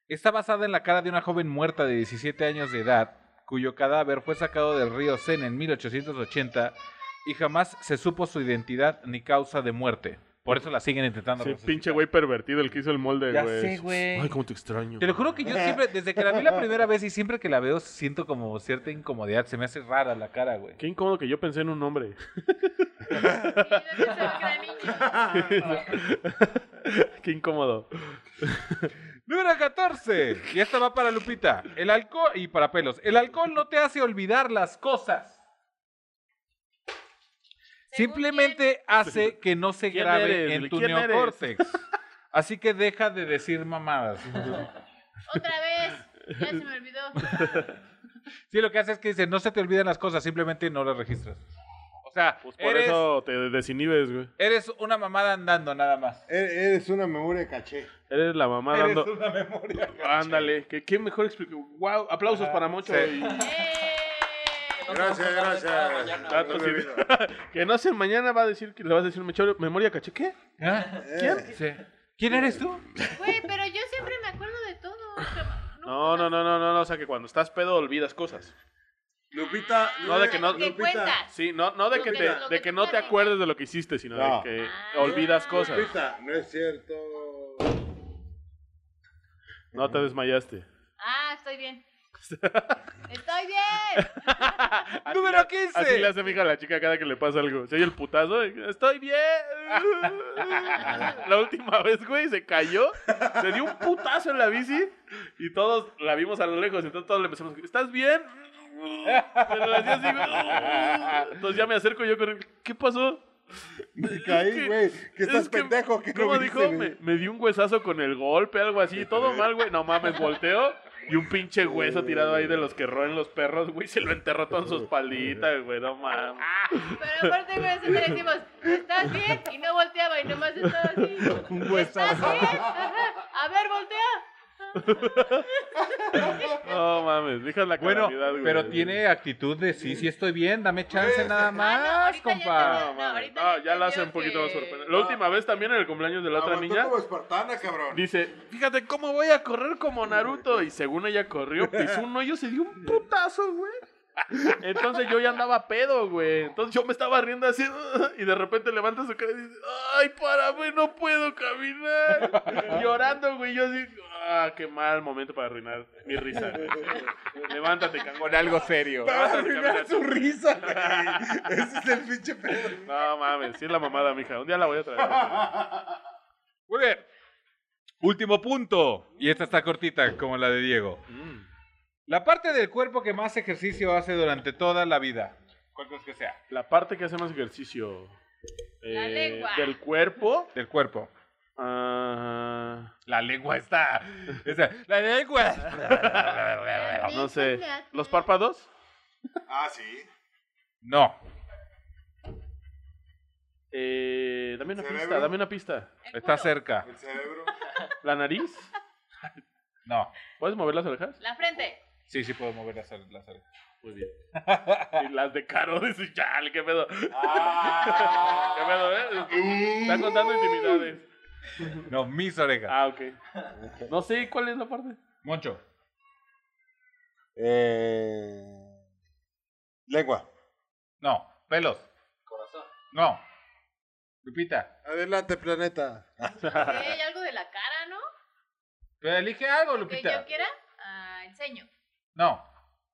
Está basada en la cara de una joven muerta de 17 años de edad, cuyo cadáver fue sacado del río Sen en 1880 y jamás se supo su identidad ni causa de muerte. Por eso la siguen intentando.
Sí,
resucitar.
pinche güey pervertido el que hizo el molde,
pues, Ya
güey.
sé, güey.
Ay, cómo te extraño.
Te lo juro que yo siempre, desde que la vi la primera vez y siempre que la veo, siento como cierta incomodidad. Se me hace rara la cara, güey.
Qué incómodo que yo pensé en un hombre.
Y yo pensaba que era niño.
Qué incómodo.
Número 14. Y esta va para Lupita. El alcohol. Y para pelos. El alcohol no te hace olvidar las cosas.
Según
Simplemente hace que no se
¿Quién
grabe
eres,
en
Lili?
tu
¿Quién eres?
neocórtex. Así que deja de decir mamadas.
Otra vez. Ya se me olvidó.
Sí, lo que hace es que dice, no se te olvidan las cosas, simplemente no las registras. O sea,
Pues por
eres,
eso te desinhibes, güey.
eres una mamada andando nada más.
E- Eres una memoria caché.
Eres la mamá
Eres
dando.
una memoria.
Ándale, que qué mejor explicación. Wow, aplausos para Mocho.
Ah, sí.
y-
¡Eh!
Gracias, gracias.
Datos y- que no sé, mañana va a decir que le vas a decir Memoria, memoria caché. ¿Qué?
¿Ah?
Eh.
¿Quién?
Sí. ¿Quién eres tú?
Güey, pero yo siempre me acuerdo de todo. cama-
No, no, no, no, no, no. O sea que cuando estás pedo olvidas cosas.
Lupita,
No, de que no-
Lo que
Lupita.
cuentas.
Sí, no, no de
Lo
que
que-
te,
lo
de
que
que
tú
no te Ah.
platicas.
acuerdes de lo que hiciste, sino
No.
de que olvidas cosas.
Lupita, no es cierto.
No te desmayaste.
Ah, estoy bien. ¡Estoy bien!
Así
Número
la-
15.
Así le hace mi hija a la chica cada que le pasa algo. Se oye el putazo. y, Estoy bien. la última vez, güey, se cayó. Se dio un putazo en la bici. Y todos la vimos a lo lejos. Entonces todos le empezamos. ¿Estás bien? Pero la hacía así, güey. Entonces ya me acerco y yo con él, ¿Qué pasó?
Me
Es que-
caí, güey. Que estás
es
pendejo. Que
¿Cómo
no viniste,
dijo? Me,
güey.
me dio un huesazo con el golpe, algo así. Todo mal, güey. No mames, volteo. Y un pinche hueso tirado ahí de los que roen los perros, güey. Se lo enterró todo en su espaldita, güey. No mames.
Pero aparte, güey, nosotros le decimos, ¿estás bien? Y no volteaba y nomás estaba así.
Un huesazo.
¿Estás bien? Ajá. A ver, voltea.
No mames, deja la
Bueno,
calamidad, güey.
pero tiene actitud de sí, sí estoy bien, dame chance nada más,
Pues, ah, ahorita ya
compa.
No,
No,
mames.
ahorita
No,
ya
ya la hace
entendió
un poquito más
que-
sorprendente. La última vez también en el cumpleaños de la otra
Aguantó
niña.
como espartana, cabrón.
Dice, fíjate cómo voy a correr como Naruto. Y según ella corrió, pisó un hoyo, se dio un putazo, güey. Entonces yo ya andaba pedo, güey. Entonces yo me estaba riendo así. Y de repente levanta su cara y dice, ay, para, güey, no puedo caminar. Llorando, güey. Yo así, ah, qué mal momento para arruinar mi risa. güey. Levántate, cangón.
Con algo serio.
Te vas a arruinar su risa, güey. Ese es el pinche pedo.
No mames, sí es la mamada, mija. Un día la voy a traer.
Muy bien. Último punto. Y esta está cortita, como la de Diego.
Mm.
La parte del cuerpo que más ejercicio hace durante toda la vida. ¿Cuál crees que sea?
La parte que hace más ejercicio eh,
La lengua.
del cuerpo.
Del cuerpo.
ah,
La lengua está. Esa- la lengua.
no sé. ¿Los párpados?
Ah, sí.
No.
Eh, dame una
Cerebro.
pista, dame una pista.
Está cerca.
El cerebro.
¿La nariz?
No.
¿Puedes mover las orejas?
La frente.
Sí, sí puedo mover las las orejas.
Muy bien. Y las de Caro, dice, chale, qué pedo. Ah. Qué pedo, ¿eh?
Ah.
Está contando intimidades.
No, mis orejas.
Ah, ok. No sé cuál es la parte.
Moncho.
Eh, Lengua.
No. Pelos.
Corazón.
No. Lupita.
Adelante, planeta.
Hay algo de la cara, ¿no?
Pero elige algo,
Que yo
Lupita.
quiera. Ah, el ceño.
No.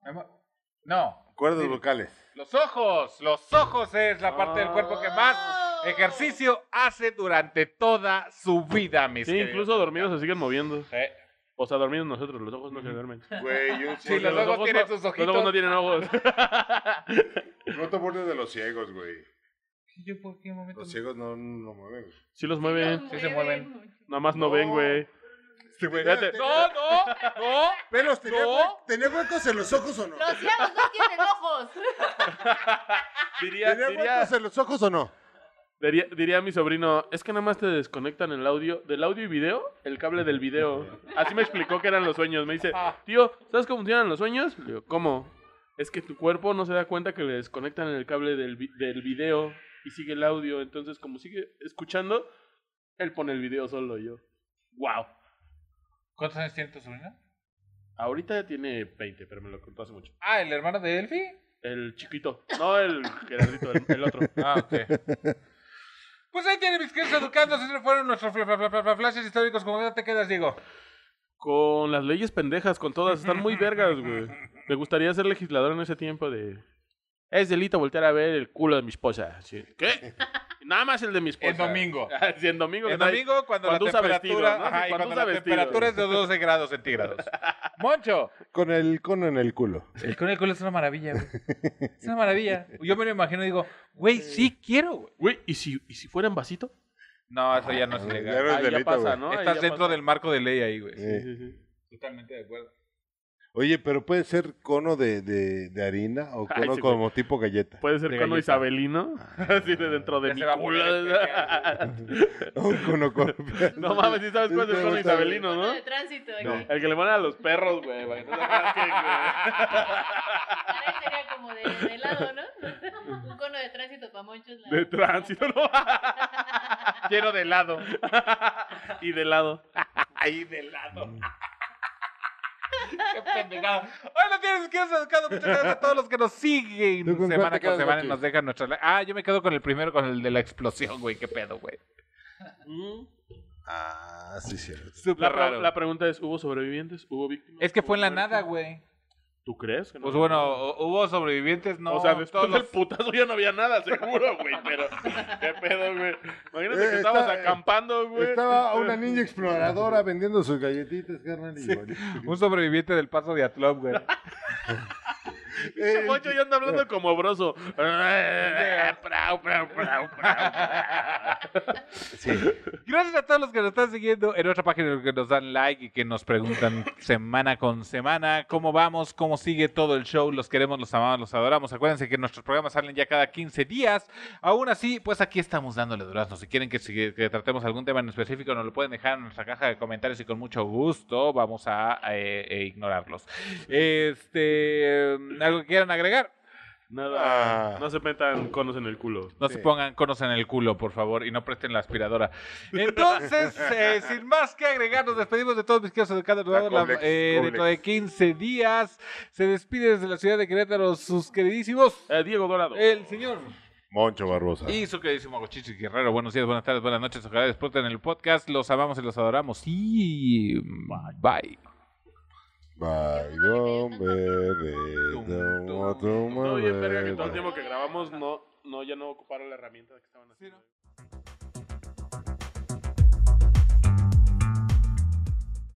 Emo- No.
Cuerdas vocales.
Los ojos, los ojos es la parte del cuerpo que
Oh.
más ejercicio hace durante toda su vida, mis
Sí,
queridos.
incluso dormidos se siguen moviendo.
Sí.
O sea, dormidos nosotros, los ojos no se duermen.
Güey, yo
Sí, los ojos tienen sus
Los ojos
ojitos.
no tienen ojos.
No te burles de los ciegos, güey.
¿Yo por qué momento?
Los ciegos no, no mueven.
Sí los mueven.
Sí se mueven.
Nada más no,
No.
ven, güey. Fíjate.
No, no, no.
Pelos, ¿tenía,
No.
hue- tenía huecos en los ojos o no?
Los ciegos no tienen ojos.
Diría,
¿Tenía
diría,
huecos en los ojos o no?
diría, diría mi sobrino, es que nada más te desconectan el audio, del audio y video, el cable del video. Así me explicó que eran los sueños. Me dice, tío, ¿sabes cómo funcionan los sueños? Le digo, ¿cómo? Es que tu cuerpo no se da cuenta que le desconectan el cable del, vi- del video y sigue el audio. Entonces, como sigue escuchando, él pone el video solo yo. ¡Wow!
¿Cuántos años tiene tu sobrina?
Ahorita ya tiene 20, pero me lo contó hace mucho.
Ah, el hermano de Elfi.
El chiquito. No el Gerardito, el, el otro.
Ah, ok. Pues ahí tiene mis queridos educandos, esos fueron nuestros fla- fla- fla- fla- fla- flashes históricos. ¿Cómo ya te quedas, Diego?
Con las leyes pendejas, con todas, están muy vergas, güey. Me gustaría ser legislador en ese tiempo de... Es delito voltear a ver el culo de mi esposa. Sí. ¿Qué? Nada más el de mi esposa. Ah,
El domingo.
sí, en domingo. que
El
no hay-
domingo cuando,
cuando
la
usa
temperatura,
vestido, ¿no? Sí,
ajá, y
cuando
cuando
usa
la
vestido.
temperatura es de 12 grados centígrados. Moncho.
Con el cono en el culo.
ah. El cono de cola es una maravilla, güey. Es una maravilla. Yo me lo imagino y digo, güey, sí quiero, güey.
Güey, ¿y si, ¿y si fuera en vasito?
No, eso ya no es
Ah, Ya no
ilegal.
es
Ahí Ah, ya
delito,
pasa,
güey.
¿no? Ahí
Estás
ya
dentro
pasa.
del marco de ley ahí, güey.
Eh,
Sí, sí, sí.
Totalmente de acuerdo.
Oye, pero puede ser cono de, de, de harina o
Ay,
cono
sí, güey.
como tipo galleta.
Puede ser
De
cono
galleta. Ah.
isabelino. Así de dentro de
Ya
mi
se va a
culo.
poner
Un cono con...
no mames, si sabes cuál es el cono isabelino,
Uno
¿no?
de tránsito aquí.
No.
El que le ponen a los perros, güey. para que no se rasquen, güey.
Ahora sería como de, de lado, ¿no? Un cono de tránsito para monchos. la-
De tránsito, ¿no?
Quiero de lado.
y de lado.
Ahí de lado. Qué pendejada. Hoy lo tienes que educado. Muchas gracias a todos los que nos siguen
¿Tú con cuál
semana
te
con
quedas,
semana y
Monchi?
nos dejan nuestra. li- Ah, yo me quedo con el primero, con el de la explosión, güey. Qué pedo, güey.
Ah, sí, cierto.
Mm, La,
Súper
pre-
raro.
la pregunta es, ¿hubo sobrevivientes? ¿Hubo víctimas?
Es que fue en la
¿Hubo muertos?
nada, güey.
¿Tú crees? que no?
Pues bueno, hu- hubo sobrevivientes, no.
o sea, después
todos los-
del putazo ya no había nada, seguro, güey. Pero, ¿qué pedo, güey? Imagínate
Eh,
que estábamos
está-
acampando, güey.
Estaba una niña exploradora vendiendo sus galletitas, carnal. y-
Un sobreviviente del paso de Atlón, güey.
Ese Poncho ya anda
Eh.
hablando como broso. Prau, prau, prau, prau.
Sí.
Gracias a todos los que nos están siguiendo en nuestra página, los que nos dan like y que nos preguntan semana con semana cómo vamos, cómo sigue todo el show. Los queremos, los amamos, los adoramos. Acuérdense que nuestros programas salen ya cada 15 días. Aún así, pues aquí estamos dándole durazno. Si quieren que, sigue- que tratemos algún tema en específico, nos lo pueden dejar en nuestra caja de comentarios y con mucho gusto vamos a eh, eh, ignorarlos. Este, ¿Algo que quieran agregar?
Nada.
Ah.
No se metan conos en el culo.
No
Sí.
se pongan conos en el culo, por favor, y no presten la aspiradora. Entonces, eh, sin más que agregar, nos despedimos de todos mis queridos educados. Nos vemos la-
Coblex,
eh,
Coblex.
dentro de 15 días. Se despide desde la ciudad de Querétaro sus queridísimos,
Eh, Diego Dorado.
el señor
Moncho Barbosa.
y su queridísimo Gochichi Guerrero. Buenos días, buenas tardes, buenas noches. Ojalá disfruten el podcast. Los amamos y los adoramos. Y bye.
Bailombe de
Tum, tum,
otro
Todo bien, verga, que todo el
modelo.
tiempo que grabamos no, no, ya no ocuparon la herramienta que estaban haciendo.